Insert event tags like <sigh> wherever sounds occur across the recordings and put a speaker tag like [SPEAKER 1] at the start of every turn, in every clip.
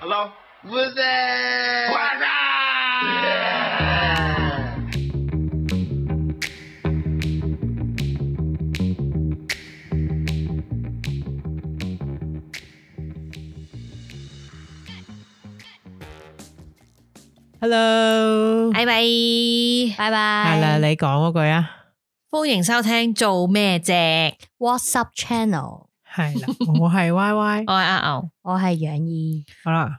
[SPEAKER 1] hello?
[SPEAKER 2] What's that?
[SPEAKER 1] What's
[SPEAKER 2] Yeah.
[SPEAKER 3] Hello，
[SPEAKER 4] 拜拜，拜
[SPEAKER 3] 係啦，
[SPEAKER 4] 拜，
[SPEAKER 3] 你講嗰句啊，
[SPEAKER 4] 歡迎收聽做咩啫？
[SPEAKER 5] WhatsApp channel，
[SPEAKER 3] 係啦，我係 Y Y，
[SPEAKER 4] 我係阿牛，
[SPEAKER 5] 我係楊怡，
[SPEAKER 3] 好啦，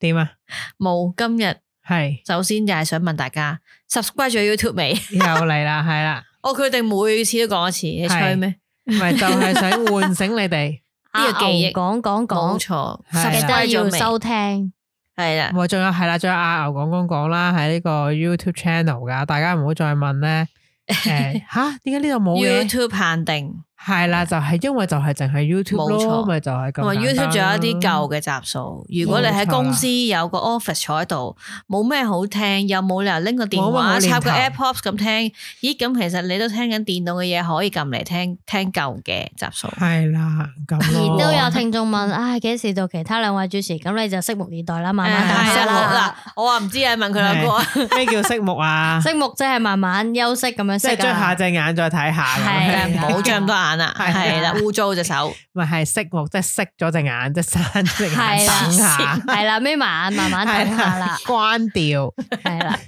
[SPEAKER 3] 點啊？
[SPEAKER 4] 冇今日
[SPEAKER 3] 係
[SPEAKER 4] 首先就係想問大家 subscribe 咗 YouTube 未？
[SPEAKER 3] 又嚟啦，係啦，
[SPEAKER 4] 我決定每次都講一次，你吹咩？
[SPEAKER 3] 咪就係想喚醒你哋，
[SPEAKER 4] 呢個記憶
[SPEAKER 5] 講
[SPEAKER 4] 冇
[SPEAKER 5] 講講，
[SPEAKER 4] 錯啊
[SPEAKER 3] 係
[SPEAKER 5] 記得
[SPEAKER 4] ，subscribe
[SPEAKER 5] 要
[SPEAKER 4] 咗
[SPEAKER 5] 收
[SPEAKER 4] 未？
[SPEAKER 5] 聽，
[SPEAKER 4] 係啦，
[SPEAKER 3] 咪仲有係啦，仲有阿牛講講講啦，喺呢個 YouTube channel 噶，大家唔好再問咧，
[SPEAKER 4] <laughs>
[SPEAKER 3] 誒吓，點解呢度冇嘅？
[SPEAKER 4] YouTube 限定，
[SPEAKER 3] 係啦，就係因為就係淨係 YouTube
[SPEAKER 4] 冇
[SPEAKER 3] 咯，
[SPEAKER 4] 錯
[SPEAKER 3] 咪就係咁簡單
[SPEAKER 4] 同
[SPEAKER 3] 咯。
[SPEAKER 4] 埋 YouTube 仲有一啲舊嘅集數。如果你喺公司有個 office 坐喺度，冇咩好聽，又冇理由拎個電
[SPEAKER 3] 冇乜好
[SPEAKER 4] 話
[SPEAKER 3] 念
[SPEAKER 4] 插
[SPEAKER 3] 頭
[SPEAKER 4] 個 AirPods 咁聽。咦，咁其實你都聽緊電腦嘅嘢，可以撳嚟聽聽舊嘅集數。
[SPEAKER 3] 係啦，咁
[SPEAKER 5] 而
[SPEAKER 3] 咯
[SPEAKER 5] 都有聽眾問，唉，幾時到其他兩位主持？咁你就拭目以待啦，慢慢
[SPEAKER 4] 誒
[SPEAKER 5] 等
[SPEAKER 4] 係
[SPEAKER 5] 息
[SPEAKER 4] 啊好
[SPEAKER 5] 啦。
[SPEAKER 4] 嗱，我話唔知啊，問佢
[SPEAKER 3] <laughs>
[SPEAKER 4] 兩個啊。
[SPEAKER 3] 咩叫息目
[SPEAKER 4] <laughs>
[SPEAKER 3] 啊？
[SPEAKER 5] 拭目即係慢慢休息咁樣
[SPEAKER 3] 即係
[SPEAKER 5] 息
[SPEAKER 4] à.
[SPEAKER 3] 捽下
[SPEAKER 5] 啊。
[SPEAKER 3] 隻眼再睇下咁樣，
[SPEAKER 5] 係啊
[SPEAKER 4] 唔好
[SPEAKER 5] 捽
[SPEAKER 4] 張咁多眼啦，
[SPEAKER 3] 係啊
[SPEAKER 4] 係啦，污糟 <laughs> 隻手，
[SPEAKER 3] 咪係熄目，即係熄咗隻眼，即係閂隻眼
[SPEAKER 5] 係啦
[SPEAKER 3] 等下，
[SPEAKER 5] 係啦，眯埋眼，慢慢等下啦，
[SPEAKER 3] 關掉，
[SPEAKER 5] 係啦，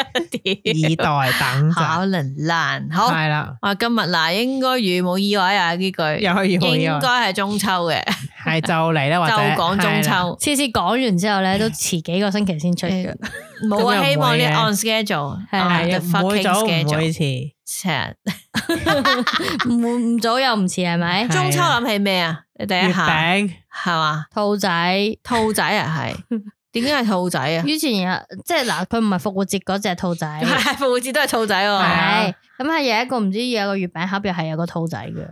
[SPEAKER 3] 以待等
[SPEAKER 4] 可
[SPEAKER 3] 就
[SPEAKER 4] 能爛。 <laughs> 好，
[SPEAKER 3] 係啦，
[SPEAKER 4] 我今日嗱，應該如冇意外啊，呢句
[SPEAKER 3] 又可以可以
[SPEAKER 4] 應該係中秋嘅，
[SPEAKER 3] 係就嚟啦，
[SPEAKER 4] 就
[SPEAKER 3] 或者
[SPEAKER 4] 講中
[SPEAKER 3] 係啦
[SPEAKER 4] 秋。
[SPEAKER 5] 次次講完之後咧，都遲幾個星期先出嘅，
[SPEAKER 3] 咁
[SPEAKER 4] 冇
[SPEAKER 3] 又唔
[SPEAKER 4] 啊，
[SPEAKER 3] 會
[SPEAKER 4] 希望呢
[SPEAKER 3] 嘅
[SPEAKER 4] on schedule
[SPEAKER 5] 係啦
[SPEAKER 4] on the
[SPEAKER 3] 係唔會
[SPEAKER 4] fucking
[SPEAKER 3] 早唔會
[SPEAKER 4] schedule。
[SPEAKER 3] 遲，
[SPEAKER 4] 成
[SPEAKER 5] 唔會唔早又唔遲係咪
[SPEAKER 3] 係？啊
[SPEAKER 4] 中秋諗起咩啊？你第
[SPEAKER 3] 月
[SPEAKER 4] 一下
[SPEAKER 3] 餅
[SPEAKER 4] 係嘛？
[SPEAKER 5] 兔仔。
[SPEAKER 4] 兔
[SPEAKER 3] <laughs>
[SPEAKER 4] 仔啊，係點解係兔仔啊？
[SPEAKER 5] 以前有即係嗱，佢唔係復活節嗰只兔仔，
[SPEAKER 4] 係
[SPEAKER 5] 係
[SPEAKER 4] 復活節都係兔仔喎，
[SPEAKER 3] 啊
[SPEAKER 5] 咁係有一個唔知有個月餅盒，又係有個兔仔嘅，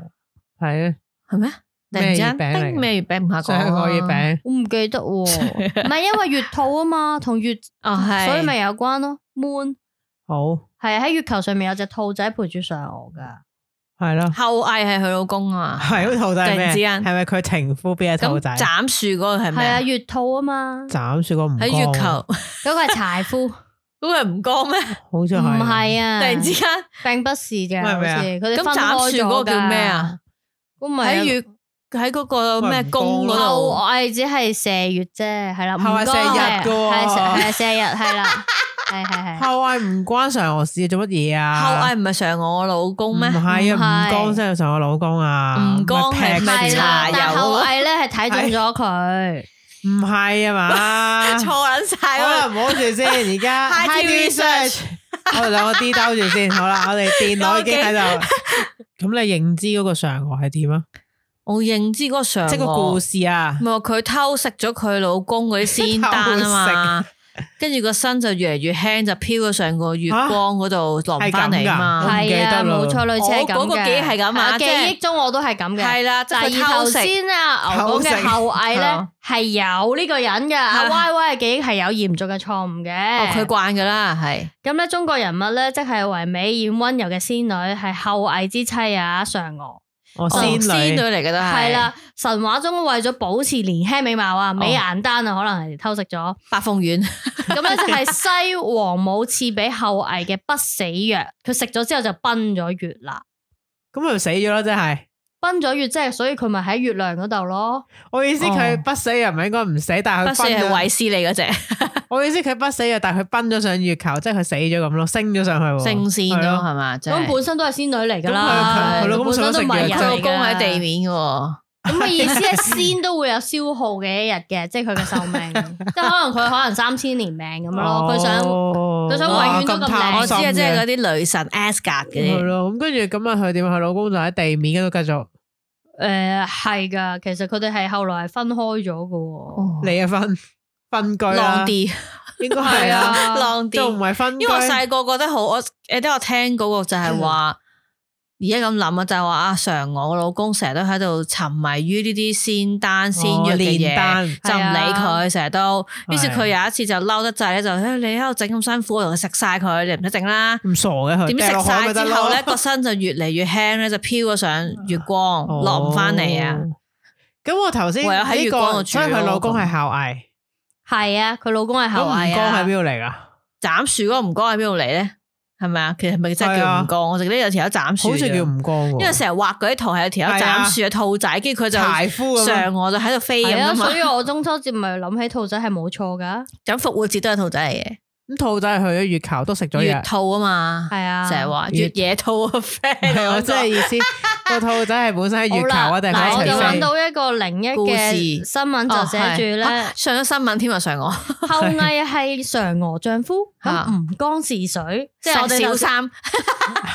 [SPEAKER 3] 係啊，
[SPEAKER 4] 係咩？突然之間
[SPEAKER 3] 咩月餅嚟㗎
[SPEAKER 4] 叮咩月餅唔下
[SPEAKER 3] 上個月餅
[SPEAKER 5] 我唔記得 <laughs> 喎，唔係因為月兔啊嘛，同月
[SPEAKER 4] 哦，係
[SPEAKER 5] 所以咪有關咯。Moon
[SPEAKER 3] 好
[SPEAKER 5] 係啊喺月球上面有隻兔仔陪住嫦娥噶，
[SPEAKER 3] 係咯，
[SPEAKER 4] 后羿係佢老公啊。
[SPEAKER 3] <laughs> 係嗰兔仔係
[SPEAKER 4] 突然之
[SPEAKER 3] 咩？係
[SPEAKER 4] 間
[SPEAKER 3] 咪佢情夫邊個兔
[SPEAKER 4] 咁
[SPEAKER 3] 仔？
[SPEAKER 4] 斬樹嗰個係
[SPEAKER 5] 係
[SPEAKER 4] 咩
[SPEAKER 5] 啊
[SPEAKER 4] 啊？
[SPEAKER 5] 月兔啊嘛，
[SPEAKER 3] 斬雪個唔啊
[SPEAKER 4] 喺月球 <laughs>
[SPEAKER 3] 光，
[SPEAKER 4] 嗰
[SPEAKER 5] 嗰個係柴夫， <laughs> 唔
[SPEAKER 4] 個唔光咩？
[SPEAKER 3] 好似係
[SPEAKER 5] 係
[SPEAKER 4] 突
[SPEAKER 5] 啊，
[SPEAKER 4] 然之間
[SPEAKER 5] 並不是嘅，
[SPEAKER 3] 係
[SPEAKER 5] 好
[SPEAKER 3] 咪啊
[SPEAKER 5] 似佢哋
[SPEAKER 4] 咁
[SPEAKER 5] 分
[SPEAKER 4] 斬
[SPEAKER 5] 開
[SPEAKER 4] 樹嗰個
[SPEAKER 5] 咗
[SPEAKER 4] 叫咩啊？
[SPEAKER 5] 咁咪
[SPEAKER 4] 喺
[SPEAKER 5] 有
[SPEAKER 4] 月喺嗰個
[SPEAKER 3] 喂
[SPEAKER 4] 咩
[SPEAKER 3] 唔光
[SPEAKER 4] 宮
[SPEAKER 3] 咯
[SPEAKER 4] 嗰
[SPEAKER 5] 後
[SPEAKER 4] 度，
[SPEAKER 5] 我係只係射月啫，係啦，唔
[SPEAKER 3] 後羿射日㗎
[SPEAKER 5] 該
[SPEAKER 3] 喎
[SPEAKER 5] 係射係射日，係 <laughs> 啦，係係係，
[SPEAKER 3] 後羿唔關嫦娥事，做乜嘢啊？
[SPEAKER 4] 後羿唔係嫦娥我老公咩
[SPEAKER 3] 唔？係啊，
[SPEAKER 5] 唔係
[SPEAKER 3] 吳剛先係上我老公啊，
[SPEAKER 4] 吳剛
[SPEAKER 3] 唔係劈
[SPEAKER 4] 係咪
[SPEAKER 3] 死
[SPEAKER 5] 係
[SPEAKER 4] 茶
[SPEAKER 5] 啦
[SPEAKER 3] 啊，
[SPEAKER 4] 油
[SPEAKER 5] 但後羿咧係睇中咗佢，
[SPEAKER 3] 唔係啊嘛，
[SPEAKER 4] <laughs> 錯撚晒
[SPEAKER 3] 好啦，
[SPEAKER 4] 喎！
[SPEAKER 3] 唔好住先，而家
[SPEAKER 4] High
[SPEAKER 3] High tea
[SPEAKER 4] tea
[SPEAKER 3] research，我哋 <laughs> 兩個 D 兜住先，好啦，我哋電腦已經喺度。咁你認知嗰個嫦娥係點啊？
[SPEAKER 4] 我認知嗰個嫦娥，
[SPEAKER 3] 即係個故事啊
[SPEAKER 4] 唔，係佢偷食咗佢老公嗰啲仙丹啊
[SPEAKER 3] <laughs>
[SPEAKER 4] 嘛，跟住個身就越嚟越輕，就飄咗上個月
[SPEAKER 3] 啊
[SPEAKER 4] 光嗰度落唔翻嚟
[SPEAKER 3] 我
[SPEAKER 4] 啊
[SPEAKER 3] 唔
[SPEAKER 4] 嘛。
[SPEAKER 3] 係記
[SPEAKER 5] 係
[SPEAKER 3] 得啦
[SPEAKER 5] 啊，冇錯，類似係咁嘅。
[SPEAKER 4] 我嗰個記憶係咁啊
[SPEAKER 5] 我記
[SPEAKER 4] 即係
[SPEAKER 5] 憶中我都係咁嘅。
[SPEAKER 4] 係啦，即
[SPEAKER 5] 但
[SPEAKER 4] 係
[SPEAKER 5] 而
[SPEAKER 4] 佢偷
[SPEAKER 5] 頭
[SPEAKER 4] 食。
[SPEAKER 5] 先啊，牛講嘅後羿
[SPEAKER 4] 係
[SPEAKER 5] 咧
[SPEAKER 4] 啊
[SPEAKER 5] 係有呢個
[SPEAKER 4] <laughs>
[SPEAKER 5] 人嘅，阿 Y Y 嘅記憶係有嚴重嘅錯誤
[SPEAKER 4] 哦，佢
[SPEAKER 5] 嘅。
[SPEAKER 4] 慣噶啦，係
[SPEAKER 3] 哦
[SPEAKER 5] 咁咧，中國人物咧，即係唯美演温柔嘅仙女，係後羿之妻啊，嫦娥。
[SPEAKER 3] 我
[SPEAKER 4] 哦
[SPEAKER 3] 仙
[SPEAKER 4] 仙
[SPEAKER 3] 女
[SPEAKER 4] 女嚟嘅都係，
[SPEAKER 5] 係啦，神話中為咗保持年輕美貌啊，
[SPEAKER 4] 哦
[SPEAKER 5] 美顏丹啊，可能係偷食咗。
[SPEAKER 4] 白鳳 <laughs> 丸。
[SPEAKER 5] 咁咧就係西王母賜俾後羿嘅不死藥，佢食咗之後就崩咗月啦。
[SPEAKER 3] 咁佢就死咗啦，真係。
[SPEAKER 5] 崩咗月，即係所以佢咪喺月亮嗰度咯。
[SPEAKER 3] 我意思佢不死又唔係應該唔死，但係
[SPEAKER 4] 不
[SPEAKER 3] 佢
[SPEAKER 4] 死
[SPEAKER 3] 崩
[SPEAKER 4] 係
[SPEAKER 3] 咗。
[SPEAKER 4] 韋斯利嗰只
[SPEAKER 3] 我意思佢不死又，但係佢崩咗上月球，即係佢死咗咁咯，升咗上去喎。
[SPEAKER 4] 聖仙
[SPEAKER 3] 哦係
[SPEAKER 4] 咯，係嘛？即係
[SPEAKER 5] 咁本身都係仙女嚟噶
[SPEAKER 3] 咁
[SPEAKER 5] 啦，
[SPEAKER 3] 佢佢佢老公
[SPEAKER 5] 本身都唔係人
[SPEAKER 4] 佢老
[SPEAKER 5] 嚟
[SPEAKER 4] 公喺地
[SPEAKER 5] 面。
[SPEAKER 4] 面嘅喎，
[SPEAKER 5] 咁嘅意思咧，仙都會有消耗嘅一日嘅，即係佢嘅壽命，即係可能佢可能三千年命咁樣咯。佢想
[SPEAKER 3] 佢
[SPEAKER 5] 佢想永遠都咁靚
[SPEAKER 4] 我
[SPEAKER 5] 我
[SPEAKER 4] 知
[SPEAKER 5] 知
[SPEAKER 4] 啊，即係嗰啲女神 Asgard
[SPEAKER 3] 係
[SPEAKER 4] 嗰啲。
[SPEAKER 3] 咯，咁跟住咁啊，佢點啊？佢老公就喺地面嗰度繼續
[SPEAKER 5] 誒呃係噶，其實佢哋係後來係分開咗
[SPEAKER 4] 哦
[SPEAKER 5] 噶。
[SPEAKER 3] 離咗婚分居啦
[SPEAKER 4] 浪，啲，
[SPEAKER 3] 應該
[SPEAKER 5] 係
[SPEAKER 3] 係啊，
[SPEAKER 5] 啊
[SPEAKER 4] <laughs> 浪
[SPEAKER 3] 仲唔
[SPEAKER 4] 啲。
[SPEAKER 3] 係分居？
[SPEAKER 4] 因為我細個覺得好，我誒，都我聽嗰個就係
[SPEAKER 3] 嗯
[SPEAKER 4] 話，而家咁諗啊，就係話阿常我老公成日都喺度沉迷於呢啲仙丹仙藥嘅
[SPEAKER 3] 哦煉
[SPEAKER 4] 嘢。
[SPEAKER 3] 丹
[SPEAKER 4] 就唔理
[SPEAKER 5] 係啊
[SPEAKER 4] 佢，成日都。於是佢
[SPEAKER 3] 係
[SPEAKER 4] 有一次就嬲得滯咧，就誒你喺度整咁辛苦，我同佢食晒佢，你唔使整啦。
[SPEAKER 3] 唔傻嘅 <laughs> 佢，
[SPEAKER 4] 點
[SPEAKER 3] 掟落
[SPEAKER 4] 食
[SPEAKER 3] 海
[SPEAKER 4] 晒
[SPEAKER 3] 咪得
[SPEAKER 4] 之
[SPEAKER 3] 咯
[SPEAKER 4] 後 <laughs> 咧，個身就越嚟越輕咧，就飄咗上
[SPEAKER 3] <laughs>
[SPEAKER 4] 月光，
[SPEAKER 3] 哦
[SPEAKER 4] 落唔翻嚟啊！！
[SPEAKER 3] 咁我頭先
[SPEAKER 4] 唯有喺
[SPEAKER 3] 呢
[SPEAKER 4] 月
[SPEAKER 3] 個
[SPEAKER 4] 光度住
[SPEAKER 3] 所以佢
[SPEAKER 4] 咯
[SPEAKER 3] 老公係後羿，
[SPEAKER 5] 係啊，佢老公係
[SPEAKER 3] 咁
[SPEAKER 5] 後
[SPEAKER 3] 吳
[SPEAKER 5] 羿
[SPEAKER 3] 江
[SPEAKER 5] 啊
[SPEAKER 3] 喺邊，度嚟噶？
[SPEAKER 4] 斬樹嗰個吳江喺邊度嚟咧？係咪啊？其實係咪真係
[SPEAKER 3] 係啊
[SPEAKER 4] 叫吳江？我記得有條友斬樹，
[SPEAKER 3] 好似叫吳江喎，
[SPEAKER 4] 因為成日畫嗰啲圖係有條友
[SPEAKER 3] 係啊
[SPEAKER 4] 斬樹嘅兔仔，跟住佢就
[SPEAKER 3] 柴夫咁啊樣
[SPEAKER 4] 上我就喺度飛咁
[SPEAKER 5] 係
[SPEAKER 4] 啊
[SPEAKER 5] 啊，
[SPEAKER 4] 嘛
[SPEAKER 5] 所。以我中秋節咪諗起兔仔係冇錯噶，
[SPEAKER 4] 咁復活節都係兔仔嚟
[SPEAKER 3] 咁兔仔去咗月球都食咗
[SPEAKER 4] 嘅，
[SPEAKER 3] <laughs> 嘢
[SPEAKER 4] 月。兔啊嘛，
[SPEAKER 5] 係啊，
[SPEAKER 4] 成日話
[SPEAKER 3] 月
[SPEAKER 4] 越野兔啊
[SPEAKER 3] 係
[SPEAKER 4] ，friend
[SPEAKER 3] 我真係意思，個兔仔係本身喺月
[SPEAKER 5] 好
[SPEAKER 3] 球啊，
[SPEAKER 5] 啦，
[SPEAKER 3] 定
[SPEAKER 5] 嗱
[SPEAKER 3] 係
[SPEAKER 5] 我
[SPEAKER 3] 一
[SPEAKER 5] 就
[SPEAKER 3] 齊 <laughs>
[SPEAKER 5] 揾
[SPEAKER 3] 飛？
[SPEAKER 5] 到一個另一
[SPEAKER 4] 故
[SPEAKER 5] 嘅
[SPEAKER 4] 事
[SPEAKER 5] 新聞就寫住咧。 <laughs>
[SPEAKER 4] 上咗新聞哦添啊，上
[SPEAKER 3] <laughs>
[SPEAKER 4] 我
[SPEAKER 5] 后羿係嫦娥
[SPEAKER 4] <laughs>
[SPEAKER 5] 丈夫，
[SPEAKER 4] 啊
[SPEAKER 5] 咁吳江是水，
[SPEAKER 4] 即
[SPEAKER 5] 即係我
[SPEAKER 4] 係
[SPEAKER 5] 哋
[SPEAKER 4] 小
[SPEAKER 3] <laughs>
[SPEAKER 5] 頭先 <laughs>
[SPEAKER 4] 三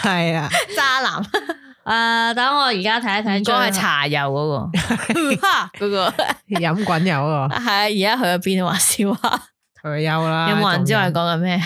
[SPEAKER 3] 係啊，
[SPEAKER 4] 渣 <laughs> 男，
[SPEAKER 5] 誒，啊等我而家睇一睇
[SPEAKER 4] 吳江係
[SPEAKER 5] 張
[SPEAKER 4] 茶油
[SPEAKER 3] <laughs>
[SPEAKER 4] 嗰個，嗰個
[SPEAKER 3] 飲滾油嗰個，
[SPEAKER 4] 係啊而家去咗邊啊？話笑話，
[SPEAKER 3] 退休啦。
[SPEAKER 4] 有冇人知我哋
[SPEAKER 3] 仲
[SPEAKER 4] 講緊咩？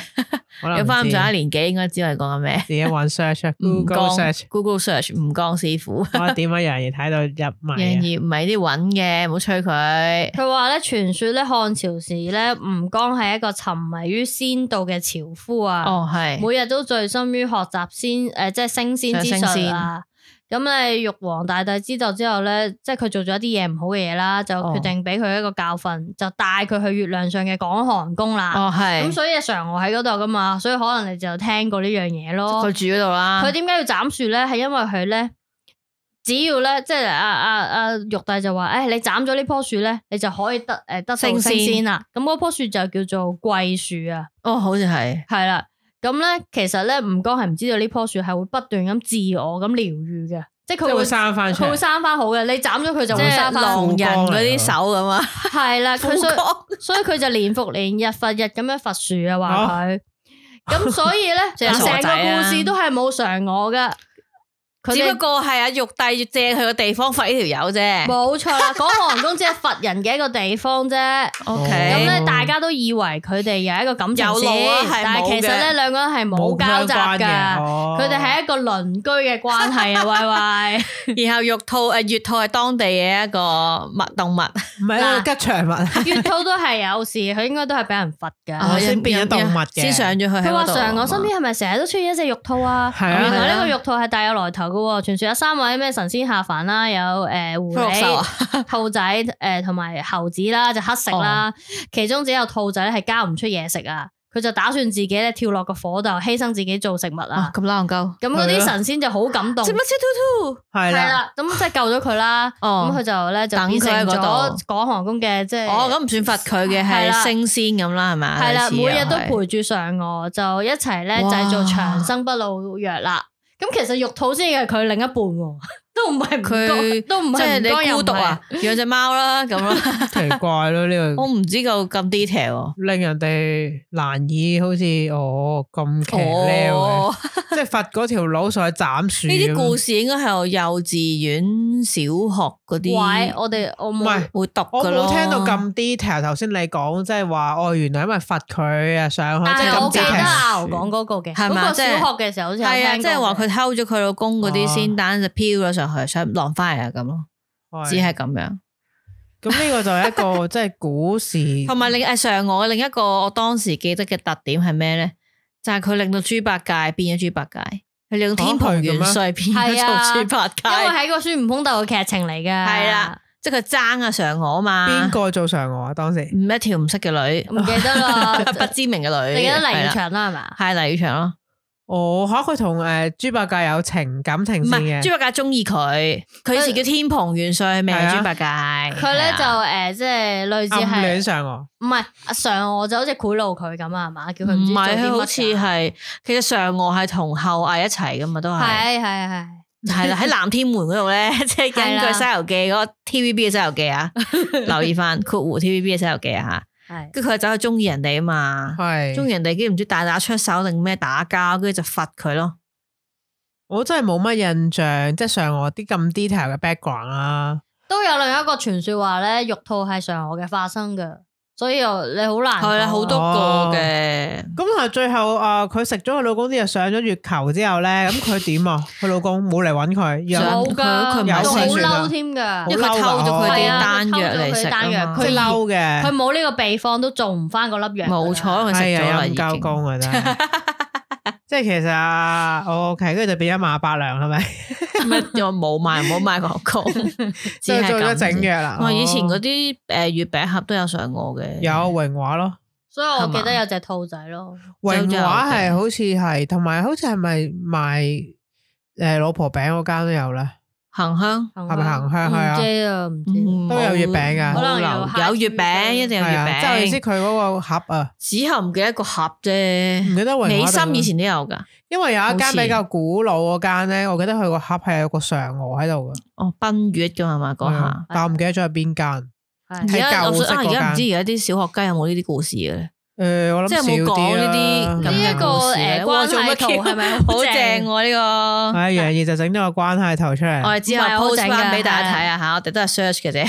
[SPEAKER 3] 飲
[SPEAKER 4] 有翻咁上下
[SPEAKER 3] 可能唔知
[SPEAKER 4] 年紀，應該知我哋講緊咩？
[SPEAKER 3] 自己揾
[SPEAKER 4] <laughs>
[SPEAKER 3] search
[SPEAKER 4] 吳
[SPEAKER 3] Google
[SPEAKER 4] 江
[SPEAKER 3] search，
[SPEAKER 4] Google search 吳江師傅，
[SPEAKER 3] 我點解楊怡睇到入迷
[SPEAKER 4] 楊
[SPEAKER 3] 啊？
[SPEAKER 4] 怡唔係啲揾嘅，唔好吹佢。
[SPEAKER 5] 佢話咧，傳說咧漢朝時咧，吳剛係一個沉迷於仙道嘅樵夫啊，
[SPEAKER 4] 哦，係
[SPEAKER 5] 每日都醉心於學習仙誒、即係升仙之
[SPEAKER 4] 想升
[SPEAKER 5] 術
[SPEAKER 4] 仙
[SPEAKER 5] 啊。咁咧，玉皇大帝知道之後咧，即係佢做咗一啲嘢唔好嘅嘢啦，就
[SPEAKER 4] 哦
[SPEAKER 5] 決定俾佢一個教訓，就帶佢去月亮上嘅廣寒宮啦。
[SPEAKER 4] 哦，
[SPEAKER 5] 咁、
[SPEAKER 4] 係
[SPEAKER 5] 所以嫦娥喺嗰度噶嘛，所以可能你就聽過呢樣嘢咯
[SPEAKER 4] 佢。住嗰度啦。
[SPEAKER 5] 佢點解要斬樹咧？係因為佢咧，只要咧，即係啊啊啊玉帝就話：，誒、你斬咗呢棵樹咧，你就可以得誒、得到
[SPEAKER 4] 升
[SPEAKER 5] 升
[SPEAKER 4] 仙
[SPEAKER 5] 仙啦。咁嗰棵樹就叫做桂樹啊，
[SPEAKER 4] 哦，好似係
[SPEAKER 5] 係啦。咁咧，其實咧，吳剛係唔知道呢棵樹係會不斷咁自我咁療愈嘅，即
[SPEAKER 3] 即係
[SPEAKER 5] 係佢
[SPEAKER 3] 會
[SPEAKER 5] 會
[SPEAKER 3] 生翻出
[SPEAKER 5] 佢會
[SPEAKER 3] 嚟。
[SPEAKER 5] 生翻好嘅。你斬咗佢
[SPEAKER 4] 即
[SPEAKER 5] 就會
[SPEAKER 4] 係
[SPEAKER 5] 生翻好
[SPEAKER 4] 狼人嗰啲手咁啊。
[SPEAKER 5] 係啦，佢所以
[SPEAKER 4] 富
[SPEAKER 5] 所以佢就年復年日佛日咁樣佛樹啊，話佢。咁 <laughs> 所以咧，
[SPEAKER 4] 即係 <laughs> 傻
[SPEAKER 5] 成
[SPEAKER 4] 仔啊
[SPEAKER 5] 個故事都係冇嫦娥噶。佢
[SPEAKER 4] 哥
[SPEAKER 5] 哋
[SPEAKER 4] 只不過係阿玉帝借佢個地方罰呢條友啫。
[SPEAKER 5] <laughs> 冇錯啦，廣寒宮只係佛人嘅一個地
[SPEAKER 4] <laughs>
[SPEAKER 5] 方啫。
[SPEAKER 4] O
[SPEAKER 5] 咁咧
[SPEAKER 4] K，
[SPEAKER 3] 哦，
[SPEAKER 5] 大家都以為佢哋有一個感情
[SPEAKER 4] 有路啊係冇嘅
[SPEAKER 5] 線，但係其實咧兩個人係冇交集
[SPEAKER 3] 相關嘅，
[SPEAKER 5] 㗎。
[SPEAKER 3] 哦
[SPEAKER 5] 佢哋係一個鄰居嘅關係啊，
[SPEAKER 4] <laughs>
[SPEAKER 5] 喂喂， <laughs>
[SPEAKER 4] 然後玉兔誒月兔係當地嘅一個物動物，
[SPEAKER 3] 唔係一個吉祥
[SPEAKER 4] <laughs>
[SPEAKER 3] 物，啊
[SPEAKER 5] 月兔都係啊有事，佢應該都係俾人罰
[SPEAKER 3] 哦
[SPEAKER 4] 啊
[SPEAKER 5] 㗎。
[SPEAKER 3] 先變咗動物嘅
[SPEAKER 4] 先上咗去喺
[SPEAKER 5] 佢話
[SPEAKER 4] 嗰度。
[SPEAKER 5] 常我身邊係咪成日都出現一隻玉兔啊？
[SPEAKER 3] 係啊
[SPEAKER 5] 原來
[SPEAKER 4] 係啊
[SPEAKER 5] 呢個玉兔係大有來頭㗎喎，傳說有三位咩神仙下凡啦，有
[SPEAKER 4] <laughs>
[SPEAKER 5] 誒狐
[SPEAKER 4] 福祿壽啊
[SPEAKER 5] 狸。兔仔誒同埋猴子啦，就乞食
[SPEAKER 4] 哦
[SPEAKER 5] 啦。其中只有兔仔咧係交唔出嘢食啊，佢就打算自己咧跳落個火度，犧牲自己做食物
[SPEAKER 4] 啊。
[SPEAKER 5] 啊
[SPEAKER 4] 咁撈鳩，
[SPEAKER 5] 咁嗰
[SPEAKER 3] 係
[SPEAKER 5] 啲
[SPEAKER 3] 咯
[SPEAKER 5] 神仙就好感動，
[SPEAKER 4] 隻乜
[SPEAKER 5] 係
[SPEAKER 4] 超兔兔？
[SPEAKER 3] 係啦，
[SPEAKER 5] 啦，咁即係救咗佢啦。
[SPEAKER 4] 哦
[SPEAKER 5] 咁佢就咧就
[SPEAKER 4] 等佢
[SPEAKER 5] 變
[SPEAKER 4] 喺
[SPEAKER 5] 成
[SPEAKER 4] 嗰
[SPEAKER 5] 咗
[SPEAKER 4] 度
[SPEAKER 5] 港航宮嘅即係。
[SPEAKER 4] 哦，咁唔算罰佢嘅，
[SPEAKER 5] 係
[SPEAKER 4] 係
[SPEAKER 5] 啦
[SPEAKER 4] 升仙咁啦，係咪啊？
[SPEAKER 5] 係
[SPEAKER 4] 類
[SPEAKER 5] 啦，
[SPEAKER 4] 似
[SPEAKER 5] 每
[SPEAKER 4] 啊
[SPEAKER 5] 日都
[SPEAKER 4] 係
[SPEAKER 5] 陪住嫦娥，就一齊咧
[SPEAKER 4] 哇
[SPEAKER 5] 製造長生不老藥啦。咁其實玉兔先係佢另一半喎， <laughs> 都唔係唔
[SPEAKER 4] 佢
[SPEAKER 5] 該都唔
[SPEAKER 4] 即係
[SPEAKER 5] 係唔該
[SPEAKER 4] 你
[SPEAKER 5] 又
[SPEAKER 4] 孤
[SPEAKER 5] 唔
[SPEAKER 4] 獨
[SPEAKER 5] 係
[SPEAKER 4] 啊，養只貓啦咁
[SPEAKER 5] <laughs>
[SPEAKER 4] 啦，
[SPEAKER 3] 奇怪咯呢個
[SPEAKER 4] 我。唔知夠咁 detail 喎。
[SPEAKER 3] 令人哋難以好似我咁騎呢
[SPEAKER 4] 哦，
[SPEAKER 3] 即係罰嗰條佬上去斬樹。
[SPEAKER 4] 呢啲故
[SPEAKER 3] 事，
[SPEAKER 4] 事應該係我幼稚園、小學嗰
[SPEAKER 5] 喂，
[SPEAKER 4] 啲
[SPEAKER 5] 我哋我
[SPEAKER 3] 唔
[SPEAKER 5] 冇
[SPEAKER 3] 係
[SPEAKER 4] 會讀
[SPEAKER 3] 我
[SPEAKER 4] 噶咯。
[SPEAKER 3] 冇聽到咁 detail。頭先你講即係話，哦，原來因為罰佢啊上去，
[SPEAKER 5] 但
[SPEAKER 3] 即
[SPEAKER 5] 係
[SPEAKER 3] 係
[SPEAKER 5] 我
[SPEAKER 3] 咁
[SPEAKER 5] 記
[SPEAKER 3] 就
[SPEAKER 5] 得
[SPEAKER 3] 騎
[SPEAKER 4] 啊
[SPEAKER 5] 阿牛
[SPEAKER 3] 樹
[SPEAKER 5] 講嗰個嘅，
[SPEAKER 4] 係
[SPEAKER 5] 嗰
[SPEAKER 4] 嘛
[SPEAKER 5] 個小
[SPEAKER 4] 即係
[SPEAKER 5] 學嘅時候好似有
[SPEAKER 4] 係啊，
[SPEAKER 5] 聽
[SPEAKER 4] 即係
[SPEAKER 5] 過
[SPEAKER 4] 話
[SPEAKER 5] 嘅
[SPEAKER 4] 佢偷咗佢老公嗰啲
[SPEAKER 3] 哦
[SPEAKER 4] 仙丹就飄咗上去，想晾翻嚟啊咁咯，
[SPEAKER 3] 係
[SPEAKER 4] 只係咁樣。
[SPEAKER 3] 咁呢個就係一
[SPEAKER 4] <laughs>
[SPEAKER 3] 個即係股市，
[SPEAKER 4] 同埋另誒上我另一個我當時記得嘅特點係咩咧？就係佢令到豬八戒變咗豬八戒，佢令到天蓬元帥變咗
[SPEAKER 5] 哦係啊
[SPEAKER 4] 做豬八
[SPEAKER 5] 因為
[SPEAKER 4] 戒，
[SPEAKER 5] 喺個孫悟空度嘅劇情嚟嘅，
[SPEAKER 4] 係啦，即係佢爭啊上我啊嘛。
[SPEAKER 3] 邊個做上我啊？當時
[SPEAKER 4] 唔一條唔識嘅女， <laughs>
[SPEAKER 5] 唔記得啦，
[SPEAKER 4] 不知名嘅女，
[SPEAKER 5] 你記得黎
[SPEAKER 4] 係
[SPEAKER 5] 耀
[SPEAKER 4] 啦
[SPEAKER 5] 祥啦係嘛？
[SPEAKER 4] 係黎耀祥咯，
[SPEAKER 3] 我吓哦佢同誒豬八戒有情感情
[SPEAKER 4] 唔
[SPEAKER 3] 線
[SPEAKER 4] 係
[SPEAKER 3] 嘅，
[SPEAKER 4] 豬八戒中意佢，佢以前叫天蓬元帥，名
[SPEAKER 3] 係啊
[SPEAKER 4] 豬八戒。
[SPEAKER 5] 佢咧就
[SPEAKER 4] 係啊
[SPEAKER 5] 誒即係類似
[SPEAKER 3] 暗戀
[SPEAKER 5] 係
[SPEAKER 3] 上我，
[SPEAKER 5] 唔係阿常我就好似賄賂佢咁啊係嘛？叫佢唔
[SPEAKER 4] 唔
[SPEAKER 5] 知做
[SPEAKER 4] 係，
[SPEAKER 5] 啲
[SPEAKER 4] 佢
[SPEAKER 5] 乜
[SPEAKER 4] 好似
[SPEAKER 5] 㗎
[SPEAKER 4] 係其實嫦娥係同后羿一齊噶嘛，都係
[SPEAKER 5] 係係係
[SPEAKER 4] 係啦，喺南天門嗰度咧，
[SPEAKER 5] <laughs>
[SPEAKER 4] 即係根據
[SPEAKER 5] 係啦
[SPEAKER 4] 《西遊記》嗰個 TVB 嘅《西遊記》
[SPEAKER 5] <laughs>
[SPEAKER 4] 啊，留意翻括弧 TVB 嘅《西遊記》啊吓，
[SPEAKER 5] 係
[SPEAKER 4] 跟住佢就走去中意人哋啊嘛，中意
[SPEAKER 3] 係
[SPEAKER 4] 人哋跟住唔知大打出手定咩打交，跟住就罰佢咯。
[SPEAKER 3] 我真係冇乜印象，即係上我啲咁 detail 嘅 background 啊啦。
[SPEAKER 5] 都有另一個傳說話咧，玉兔係嫦娥嘅化身嘅，所以又你好難
[SPEAKER 4] 係啦，
[SPEAKER 5] 講啊
[SPEAKER 4] 好多
[SPEAKER 3] 哦
[SPEAKER 4] 個嘅。
[SPEAKER 3] 咁但係最後啊，佢食咗佢老公啲嘢上咗月球之後咧，咁佢點啊？佢老公冇嚟揾佢，又
[SPEAKER 4] 上
[SPEAKER 5] 冇㗎，
[SPEAKER 4] 佢
[SPEAKER 3] 佢唔係
[SPEAKER 5] 仲好
[SPEAKER 3] 傳說啊
[SPEAKER 5] 嬲添㗎
[SPEAKER 3] 好
[SPEAKER 4] 因。為佢偷咗佢
[SPEAKER 5] 係
[SPEAKER 4] 哋
[SPEAKER 5] 啊
[SPEAKER 4] 丹藥嚟食
[SPEAKER 5] 偷咗佢啲丹
[SPEAKER 4] 啊
[SPEAKER 5] 藥
[SPEAKER 4] 嘛
[SPEAKER 5] 佢
[SPEAKER 3] 佢嬲嘅，
[SPEAKER 5] 佢冇呢個秘方都做唔翻嗰粒藥㗎啦。
[SPEAKER 4] 冇錯，因為食
[SPEAKER 3] 哎
[SPEAKER 4] 咗
[SPEAKER 3] 呀
[SPEAKER 4] 啦已
[SPEAKER 3] 陰
[SPEAKER 4] 經。
[SPEAKER 3] 鳩公啊真係，即係其實啊我 OK，跟住就變咗馬八娘係咪？
[SPEAKER 4] 咩我 <laughs> 冇賣，冇賣廣
[SPEAKER 5] <laughs>
[SPEAKER 4] 告，只
[SPEAKER 3] 即係
[SPEAKER 4] 係
[SPEAKER 3] 做咗
[SPEAKER 4] 咁
[SPEAKER 3] 整
[SPEAKER 4] 啫。
[SPEAKER 3] 藥啦。
[SPEAKER 4] <laughs> 我以前嗰
[SPEAKER 3] 哦
[SPEAKER 4] 啲诶月餅盒都有上我嘅，
[SPEAKER 3] 有榮華咯，
[SPEAKER 5] 所以我
[SPEAKER 4] 係嘛
[SPEAKER 5] 記得有隻兔仔咯，
[SPEAKER 3] 榮華係
[SPEAKER 4] 有嘅
[SPEAKER 3] 好似係，同埋好似係咪賣诶老婆餅嗰間都有咧？
[SPEAKER 4] 恒香，
[SPEAKER 5] 係
[SPEAKER 3] 係咪行香係啊
[SPEAKER 5] 唔知啊，唔知。
[SPEAKER 4] 嗯
[SPEAKER 3] 都有月餅㗎
[SPEAKER 5] 可能有
[SPEAKER 4] 冇留
[SPEAKER 5] 蝦
[SPEAKER 4] 有月
[SPEAKER 5] 子
[SPEAKER 4] 餅，一定有月
[SPEAKER 3] 係啊，即係我意思
[SPEAKER 4] 餅。
[SPEAKER 3] 佢嗰個盒啊，
[SPEAKER 4] 只含唔記得個盒
[SPEAKER 3] 唔
[SPEAKER 4] 啫，
[SPEAKER 3] 記得榮華
[SPEAKER 4] 美
[SPEAKER 3] 定啊
[SPEAKER 4] 心以前都有噶，
[SPEAKER 3] 因為有一
[SPEAKER 4] 好
[SPEAKER 3] 間
[SPEAKER 4] 似
[SPEAKER 3] 比較古老嗰間咧，我記得佢個盒係有個嫦娥喺度嘅，
[SPEAKER 4] 哦，奔月噶嘛嗰
[SPEAKER 3] 係
[SPEAKER 4] 下
[SPEAKER 3] 啊。但我唔記得咗係邊間。
[SPEAKER 4] 而
[SPEAKER 5] 係
[SPEAKER 3] 係
[SPEAKER 4] 家我
[SPEAKER 3] 舊式
[SPEAKER 4] 想啊，
[SPEAKER 3] 嗰
[SPEAKER 4] 而家唔知
[SPEAKER 3] 間
[SPEAKER 4] 而家啲小學雞有冇呢啲故事嘅咧？
[SPEAKER 3] 诶，呃我諗
[SPEAKER 4] 即係冇
[SPEAKER 3] 少啊
[SPEAKER 4] 講
[SPEAKER 3] 啲
[SPEAKER 4] 呢啲咁
[SPEAKER 3] 啦
[SPEAKER 5] 呢
[SPEAKER 4] 嘅
[SPEAKER 5] 一個
[SPEAKER 4] 故事咧
[SPEAKER 5] 誒
[SPEAKER 4] 哇
[SPEAKER 5] 關
[SPEAKER 4] 做乜
[SPEAKER 5] 係圖
[SPEAKER 4] 叫
[SPEAKER 5] 係咪好
[SPEAKER 4] 好
[SPEAKER 5] 正
[SPEAKER 4] 正喎呢個？
[SPEAKER 3] 係楊怡就整咗個關係圖出
[SPEAKER 4] 我
[SPEAKER 3] 嚟，
[SPEAKER 4] 哋之後
[SPEAKER 5] 唔係好
[SPEAKER 4] post
[SPEAKER 5] 整㗎
[SPEAKER 4] 翻俾大家睇下吓，我哋都係 search 嘅啫。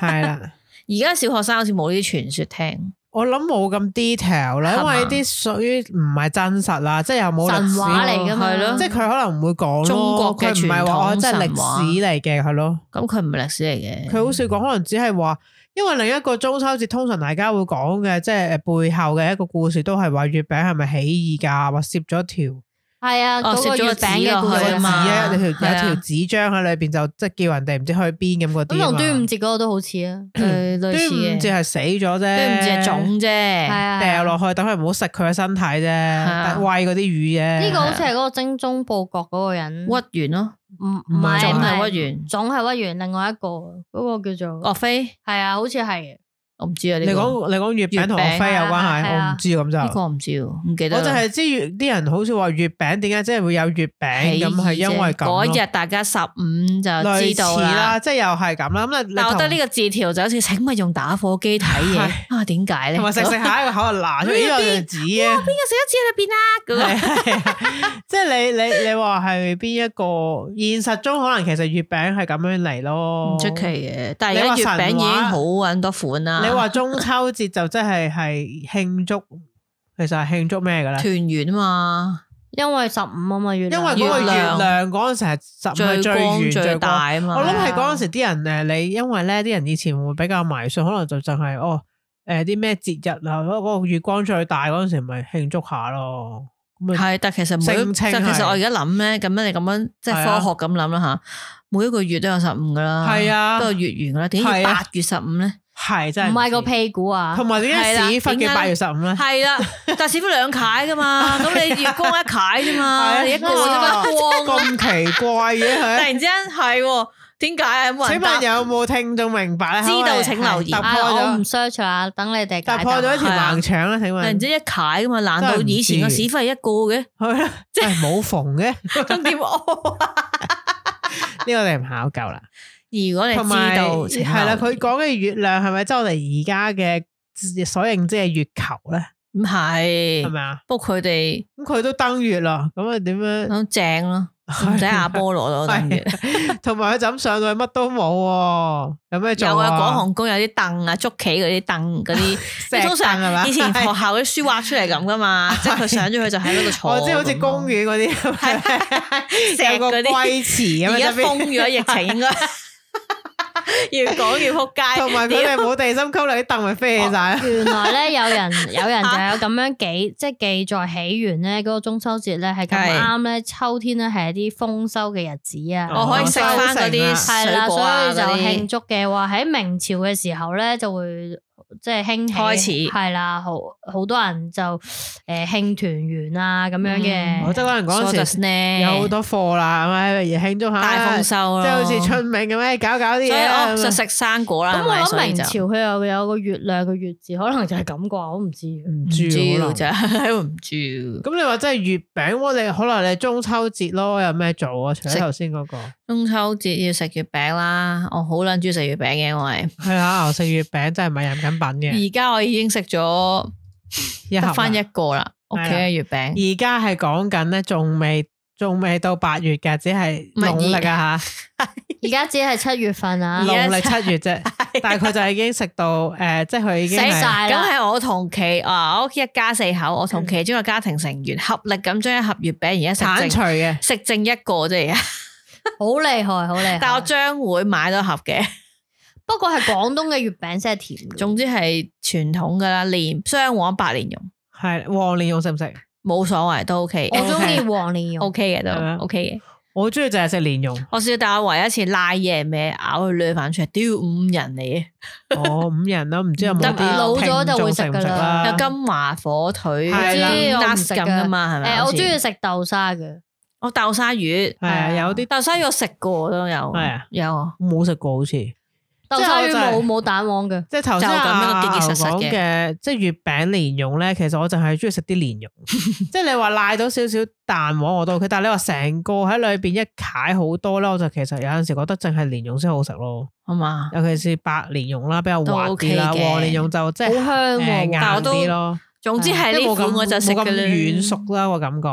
[SPEAKER 3] 係啦。
[SPEAKER 4] 而家小學生好似冇呢啲傳說聽，
[SPEAKER 3] 我諗冇咁 detail 啦，
[SPEAKER 4] 係
[SPEAKER 3] 因
[SPEAKER 4] 嘛
[SPEAKER 3] 為呢啲屬於唔係真實啦，即係又冇歷
[SPEAKER 5] 神
[SPEAKER 3] 史
[SPEAKER 5] 話嚟㗎嘛，
[SPEAKER 4] 係咯
[SPEAKER 3] 即係佢可能唔會講咯
[SPEAKER 4] 中國嘅
[SPEAKER 3] 佢唔係話
[SPEAKER 4] 傳統
[SPEAKER 3] 我真係歷
[SPEAKER 4] 神話
[SPEAKER 3] 史嚟嘅係咯，
[SPEAKER 4] 咁佢唔係歷史嚟嘅。
[SPEAKER 3] 佢好少講，可能只係話，因為另一個中秋節通常大家會講嘅，即係誒呃背後嘅一個故事都係話月餅係咪起義㗎，話攝咗條
[SPEAKER 5] 係啊，
[SPEAKER 4] 哦
[SPEAKER 5] 嗰個
[SPEAKER 4] 食咗
[SPEAKER 5] 月
[SPEAKER 4] 個
[SPEAKER 5] 餅
[SPEAKER 4] 紙
[SPEAKER 5] 嘅
[SPEAKER 4] 落
[SPEAKER 5] 故
[SPEAKER 3] 有個
[SPEAKER 4] 去
[SPEAKER 5] 事啊
[SPEAKER 4] 啊
[SPEAKER 3] 紙
[SPEAKER 4] 嘛
[SPEAKER 3] 啊，有條有
[SPEAKER 4] 係啊
[SPEAKER 3] 條紙張喺裏邊就即係叫人哋唔知去邊咁嗰啲
[SPEAKER 5] 咁
[SPEAKER 3] 啊
[SPEAKER 5] 同
[SPEAKER 3] 嘛。
[SPEAKER 5] 端午節嗰個都好似
[SPEAKER 3] <clears throat>
[SPEAKER 5] 啊，誒類
[SPEAKER 3] 端
[SPEAKER 5] 似
[SPEAKER 3] 午節
[SPEAKER 5] 嘅，
[SPEAKER 3] 係死咗啫，
[SPEAKER 4] 對唔住係種
[SPEAKER 5] 係
[SPEAKER 4] 啫，
[SPEAKER 5] 啊，
[SPEAKER 3] 掉落去，等佢唔好食佢嘅身體啫，
[SPEAKER 4] 啊
[SPEAKER 3] 但餵嗰啲魚啫。
[SPEAKER 5] 呢個好似係嗰個精忠報國嗰個人，
[SPEAKER 4] 屈原咯，
[SPEAKER 5] 唔唔
[SPEAKER 3] 唔係
[SPEAKER 5] 係
[SPEAKER 4] 總
[SPEAKER 5] 唔
[SPEAKER 4] 係
[SPEAKER 5] 係
[SPEAKER 4] 屈原。
[SPEAKER 5] 總係屈原，另外一個嗰個叫
[SPEAKER 3] 哦
[SPEAKER 5] 做
[SPEAKER 4] 岳飛，
[SPEAKER 5] 係啊，好似係
[SPEAKER 4] 我唔知啊呢
[SPEAKER 3] 你
[SPEAKER 4] 個，
[SPEAKER 3] 講你講月餅同岳飛有關
[SPEAKER 5] 月餅
[SPEAKER 3] 係，我唔知咁
[SPEAKER 4] 呢
[SPEAKER 3] 就。
[SPEAKER 4] 個我唔知喎，唔記得
[SPEAKER 3] 我就
[SPEAKER 4] 啦。
[SPEAKER 3] 係知月啲人好似話月餅點解即係會有月餅
[SPEAKER 4] 起
[SPEAKER 3] 咁係
[SPEAKER 4] 義
[SPEAKER 3] 因為
[SPEAKER 4] 啫
[SPEAKER 3] 咁咯
[SPEAKER 4] 嗰日大家十五就知
[SPEAKER 3] 類
[SPEAKER 4] 道
[SPEAKER 3] 似
[SPEAKER 4] 啦
[SPEAKER 3] 啦，。即係又係咁啦。咁啊你
[SPEAKER 4] 但我覺得呢
[SPEAKER 3] 個
[SPEAKER 4] 個字條就好似請咪用打火機睇嘢
[SPEAKER 3] 係
[SPEAKER 4] 啊？點解咧？
[SPEAKER 3] 同埋食食下一個口就
[SPEAKER 4] <laughs>
[SPEAKER 3] 拿出呢個紙啊。 <laughs>
[SPEAKER 4] 邊個食咗紙喺裏邊啊？咁
[SPEAKER 3] 係啊即係你你你話係邊一個？現實中可能其實月餅係咁樣嚟咯，
[SPEAKER 4] 唔出奇。啊嘅。但係而家
[SPEAKER 3] 哦你
[SPEAKER 4] 月
[SPEAKER 3] 話
[SPEAKER 4] 餅已
[SPEAKER 3] 神話
[SPEAKER 4] 經好揾多款啦。
[SPEAKER 3] 你話中秋節就真係係慶祝，其實係慶祝咩嘅咧？
[SPEAKER 4] 團圓啊嘛，
[SPEAKER 5] 因為十五啊嘛月
[SPEAKER 3] 因為嗰
[SPEAKER 5] 亮，
[SPEAKER 3] 個月
[SPEAKER 4] 月亮
[SPEAKER 3] 亮嗰陣時係十五係
[SPEAKER 4] 最
[SPEAKER 3] 最
[SPEAKER 4] 光
[SPEAKER 3] 圓最
[SPEAKER 4] 最
[SPEAKER 3] 光
[SPEAKER 4] 大啊嘛。
[SPEAKER 3] 我諗係
[SPEAKER 5] 啊
[SPEAKER 3] 嗰阵时啲人诶，你因為咧啲人以前會比較迷信，可能就淨係哦诶啲咩節日啊，嗰、個月光最大嗰阵时咪慶祝下咯。咁啊，
[SPEAKER 4] 係，但其實每
[SPEAKER 3] 性
[SPEAKER 4] 即
[SPEAKER 3] 情
[SPEAKER 4] 係其
[SPEAKER 3] 係
[SPEAKER 4] 實我而家諗咧，咁樣你咁樣即係
[SPEAKER 3] 係啊
[SPEAKER 4] 科學咁諗啦吓，每一個月都有十五噶啦，
[SPEAKER 3] 係啊
[SPEAKER 4] 都有月圓噶啦，點解
[SPEAKER 3] 係
[SPEAKER 4] 要
[SPEAKER 3] 啊
[SPEAKER 4] 八月十五咧？
[SPEAKER 3] 係真係
[SPEAKER 5] 唔係個
[SPEAKER 3] 知，
[SPEAKER 5] 屁股啊，
[SPEAKER 3] 同埋點解
[SPEAKER 4] 係啦
[SPEAKER 3] 屎忽嘅
[SPEAKER 4] 點解咧
[SPEAKER 3] 八月十五咧？
[SPEAKER 4] 係啦，但係少咗兩楷
[SPEAKER 3] <laughs>
[SPEAKER 4] 噶嘛，咁你月光一楷啫嘛，你一個啫嘛，
[SPEAKER 3] 啊咁奇怪嘅
[SPEAKER 4] 突
[SPEAKER 3] 佢。
[SPEAKER 4] <laughs> 然之間係喎，點解冇
[SPEAKER 3] 請問
[SPEAKER 4] 人答？
[SPEAKER 3] 有冇聽眾明白咧？
[SPEAKER 4] 知道
[SPEAKER 3] 可唔可以
[SPEAKER 4] 請留言
[SPEAKER 3] 係
[SPEAKER 5] 啊
[SPEAKER 3] 突破
[SPEAKER 5] 我唔
[SPEAKER 3] 咗，
[SPEAKER 5] search 啦，等你哋
[SPEAKER 3] 突破咗一條
[SPEAKER 4] 係啊
[SPEAKER 3] 盲腸啦！請
[SPEAKER 4] 突然
[SPEAKER 3] 問
[SPEAKER 4] 之間一楷噶嘛，難
[SPEAKER 3] 真
[SPEAKER 4] 道
[SPEAKER 3] 係唔
[SPEAKER 4] 以前個
[SPEAKER 3] 知
[SPEAKER 4] 屎忽係一個
[SPEAKER 3] <laughs>
[SPEAKER 4] 嘅？ <laughs>
[SPEAKER 3] 係啦，即係冇縫嘅，呢
[SPEAKER 4] 咁點 <laughs> 屙啊？
[SPEAKER 3] 個我哋唔考究啦。
[SPEAKER 4] 如果你
[SPEAKER 3] 同埋
[SPEAKER 4] 知道，
[SPEAKER 3] 系
[SPEAKER 4] 請
[SPEAKER 3] 啦，
[SPEAKER 4] 留
[SPEAKER 3] 佢
[SPEAKER 4] 言
[SPEAKER 3] 講嘅月亮係咪即係我哋而家嘅所認知嘅月球咧？
[SPEAKER 4] 唔
[SPEAKER 3] 係
[SPEAKER 4] 係，
[SPEAKER 3] 咪啊？
[SPEAKER 4] 不過佢哋
[SPEAKER 3] 咁佢都登月啦，咁啊點樣？
[SPEAKER 4] 好正咯，唔使阿波羅咯，等於
[SPEAKER 3] 係 <laughs> 同埋佢就咁上去乜都冇喎，有咩做
[SPEAKER 4] 有啊，港
[SPEAKER 3] 啊？
[SPEAKER 4] 航工有啲凳啊，捉棋嗰啲凳嗰啲，即
[SPEAKER 3] <laughs> 石
[SPEAKER 4] 係通
[SPEAKER 3] 凳係嘛
[SPEAKER 4] 常以前學校嗰啲書畫出嚟咁噶嘛，即係佢上咗去就喺嗰度
[SPEAKER 3] <laughs>
[SPEAKER 4] 坐咁
[SPEAKER 3] 我
[SPEAKER 4] 咯。
[SPEAKER 3] 知好似公園嗰
[SPEAKER 4] <laughs> 係
[SPEAKER 3] 啲，
[SPEAKER 4] 石
[SPEAKER 3] 有個
[SPEAKER 4] 嗰啲，
[SPEAKER 3] 龜池咁
[SPEAKER 4] 而
[SPEAKER 3] 樣
[SPEAKER 4] 家
[SPEAKER 3] 側邊
[SPEAKER 4] 封咗疫情 <laughs> 應該，越講越撲街。
[SPEAKER 3] 同埋佢哋冇地心吸力，啲凳咪飛起晒。
[SPEAKER 5] 原來咧有人
[SPEAKER 3] <laughs>
[SPEAKER 5] 有人就有咁樣記，即係記載起源咧，嗰個中秋節咧係咁
[SPEAKER 4] 係
[SPEAKER 5] 啱咧，秋天咧係一啲豐收嘅日子
[SPEAKER 3] 哦
[SPEAKER 5] 啊，
[SPEAKER 4] 我可以食翻嗰啲
[SPEAKER 5] 係
[SPEAKER 4] 水
[SPEAKER 5] 啦，
[SPEAKER 4] 果
[SPEAKER 5] 所
[SPEAKER 4] 啊
[SPEAKER 5] 以就
[SPEAKER 4] 嗰
[SPEAKER 5] 慶
[SPEAKER 4] 啲。
[SPEAKER 5] 祝嘅話喺明朝嘅時候咧就會即係興起
[SPEAKER 4] 開始
[SPEAKER 5] 係啦，好好多人就誒慶團圓啊咁樣
[SPEAKER 4] 嗯
[SPEAKER 5] 嘅
[SPEAKER 3] 我，真係可能嗰陣時
[SPEAKER 4] 時
[SPEAKER 3] 有好多貨啦，咁啊慶祝下
[SPEAKER 4] 大豐收咯，
[SPEAKER 3] 即係好似春茗咁樣搞搞啲
[SPEAKER 4] 所以
[SPEAKER 3] 嘢啊
[SPEAKER 4] 我
[SPEAKER 3] 咁啊
[SPEAKER 4] 就食生果啦。
[SPEAKER 5] 咁我
[SPEAKER 4] 係咪所
[SPEAKER 5] 諗
[SPEAKER 4] 以
[SPEAKER 5] 明
[SPEAKER 4] 就
[SPEAKER 5] 朝佢又有個月亮嘅月字，可能就係咁啩，我唔知。
[SPEAKER 3] 唔
[SPEAKER 4] 唔
[SPEAKER 3] 知喎可
[SPEAKER 4] 知
[SPEAKER 3] 能
[SPEAKER 4] 就喺度唔知。
[SPEAKER 3] 咁你話真係月餅喎，你可能你中秋節咯，有咩做啊？除
[SPEAKER 4] 食
[SPEAKER 3] 咗頭先嗰個，
[SPEAKER 4] 中秋節要食月餅啦，我好撚中意食月餅嘅，我係。
[SPEAKER 3] 係啊，牛食月餅真係唔係飲緊品嘅，
[SPEAKER 4] 而家我已經食咗
[SPEAKER 3] 一盒
[SPEAKER 4] 得
[SPEAKER 3] 啊
[SPEAKER 4] 翻一個啦，屋
[SPEAKER 3] 係啦
[SPEAKER 4] 企嘅月餅。
[SPEAKER 3] 而家係講緊咧，仲未仲未到八月嘅，只係
[SPEAKER 4] 唔係
[SPEAKER 3] 農曆啊吓，
[SPEAKER 5] 而家只係七月份啊
[SPEAKER 4] 而，家
[SPEAKER 3] 農曆七月啫，但係佢就已經食到诶，即係佢已經
[SPEAKER 5] 死
[SPEAKER 3] 係
[SPEAKER 5] 晒
[SPEAKER 4] 咁
[SPEAKER 5] 啦，
[SPEAKER 4] 係我同其啊，我屋企一家四口，我同其中一個家庭成員合力咁將一盒月餅而家
[SPEAKER 3] 剷
[SPEAKER 4] 食
[SPEAKER 3] 除
[SPEAKER 4] 剩
[SPEAKER 3] 嘅。
[SPEAKER 4] 食剩一個啫，而家。啊
[SPEAKER 5] 好厲害，好厲害。
[SPEAKER 4] 但我將會買多盒嘅。
[SPEAKER 5] 不過係廣東嘅月餅
[SPEAKER 4] <laughs>
[SPEAKER 5] 先係甜嘅，
[SPEAKER 4] 總之係傳統噶啦，連雙黃白蓮蓉
[SPEAKER 3] 係黃蓮蓉食唔食？
[SPEAKER 4] 冇所謂都 OK。
[SPEAKER 5] 我中意
[SPEAKER 4] OK
[SPEAKER 5] 黃蓮蓉，
[SPEAKER 4] OK 嘅
[SPEAKER 3] 係咪啊
[SPEAKER 4] 都 OK 嘅。
[SPEAKER 3] 我中意就係食蓮
[SPEAKER 4] <laughs>
[SPEAKER 3] 蓉，
[SPEAKER 4] 我試過，但我唯一一次拉嘢咩咬佢掠飯出嚟，屌五人嚟嘅，
[SPEAKER 3] 哦五人啦，唔知有冇
[SPEAKER 4] 得
[SPEAKER 3] 啲
[SPEAKER 4] 啊
[SPEAKER 5] 老咗就
[SPEAKER 3] 聽眾
[SPEAKER 5] 會
[SPEAKER 3] 食
[SPEAKER 5] 食
[SPEAKER 3] 唔
[SPEAKER 5] 噶
[SPEAKER 3] 食
[SPEAKER 5] 啦
[SPEAKER 3] 啦。
[SPEAKER 4] 有金華火腿、
[SPEAKER 3] 係啦
[SPEAKER 5] 我唔
[SPEAKER 4] nuts
[SPEAKER 5] 食
[SPEAKER 4] 咁噶嘛，係咪？
[SPEAKER 5] 誒，
[SPEAKER 4] 好
[SPEAKER 5] 我
[SPEAKER 4] 似
[SPEAKER 5] 中意食豆沙嘅，
[SPEAKER 4] 我豆沙魚，
[SPEAKER 3] 係啊，有啲
[SPEAKER 4] 豆沙魚我食過都有，
[SPEAKER 3] 係啊
[SPEAKER 4] 有啊。
[SPEAKER 3] 冇食過好似，即
[SPEAKER 5] 豆沙魚
[SPEAKER 3] 即係我就係
[SPEAKER 5] 冇冇蛋黃嘅，
[SPEAKER 3] 係頭先
[SPEAKER 4] 就咁樣
[SPEAKER 3] 阿
[SPEAKER 4] 結結實實
[SPEAKER 3] 牛講
[SPEAKER 4] 嘅
[SPEAKER 3] 嘅，即係月餅蓮蓉咧，其實我就係中意食啲蓮蓉，
[SPEAKER 4] <laughs>
[SPEAKER 3] 即係你話賴到少少蛋黃我都 OK，但係你話成個喺裏邊一解好多咧，我就其實有陣時覺得淨係蓮蓉先好食咯，
[SPEAKER 4] 好嘛？
[SPEAKER 3] 尤其是白蓮蓉啦，比較滑
[SPEAKER 4] 啊
[SPEAKER 3] 啲
[SPEAKER 4] 都 OK
[SPEAKER 3] 啦，
[SPEAKER 4] 嘅
[SPEAKER 3] 黃蓮蓉就即
[SPEAKER 5] 好
[SPEAKER 3] 係
[SPEAKER 5] 香
[SPEAKER 3] 誒
[SPEAKER 5] 喎
[SPEAKER 3] 硬
[SPEAKER 4] 但我都
[SPEAKER 3] 啲咯。
[SPEAKER 4] 總之係
[SPEAKER 3] 即係
[SPEAKER 4] 呢
[SPEAKER 3] 冇咁
[SPEAKER 4] 款我就食
[SPEAKER 3] 冇
[SPEAKER 4] 噶
[SPEAKER 3] 咁
[SPEAKER 4] 啦。
[SPEAKER 3] 軟熟啦個感覺。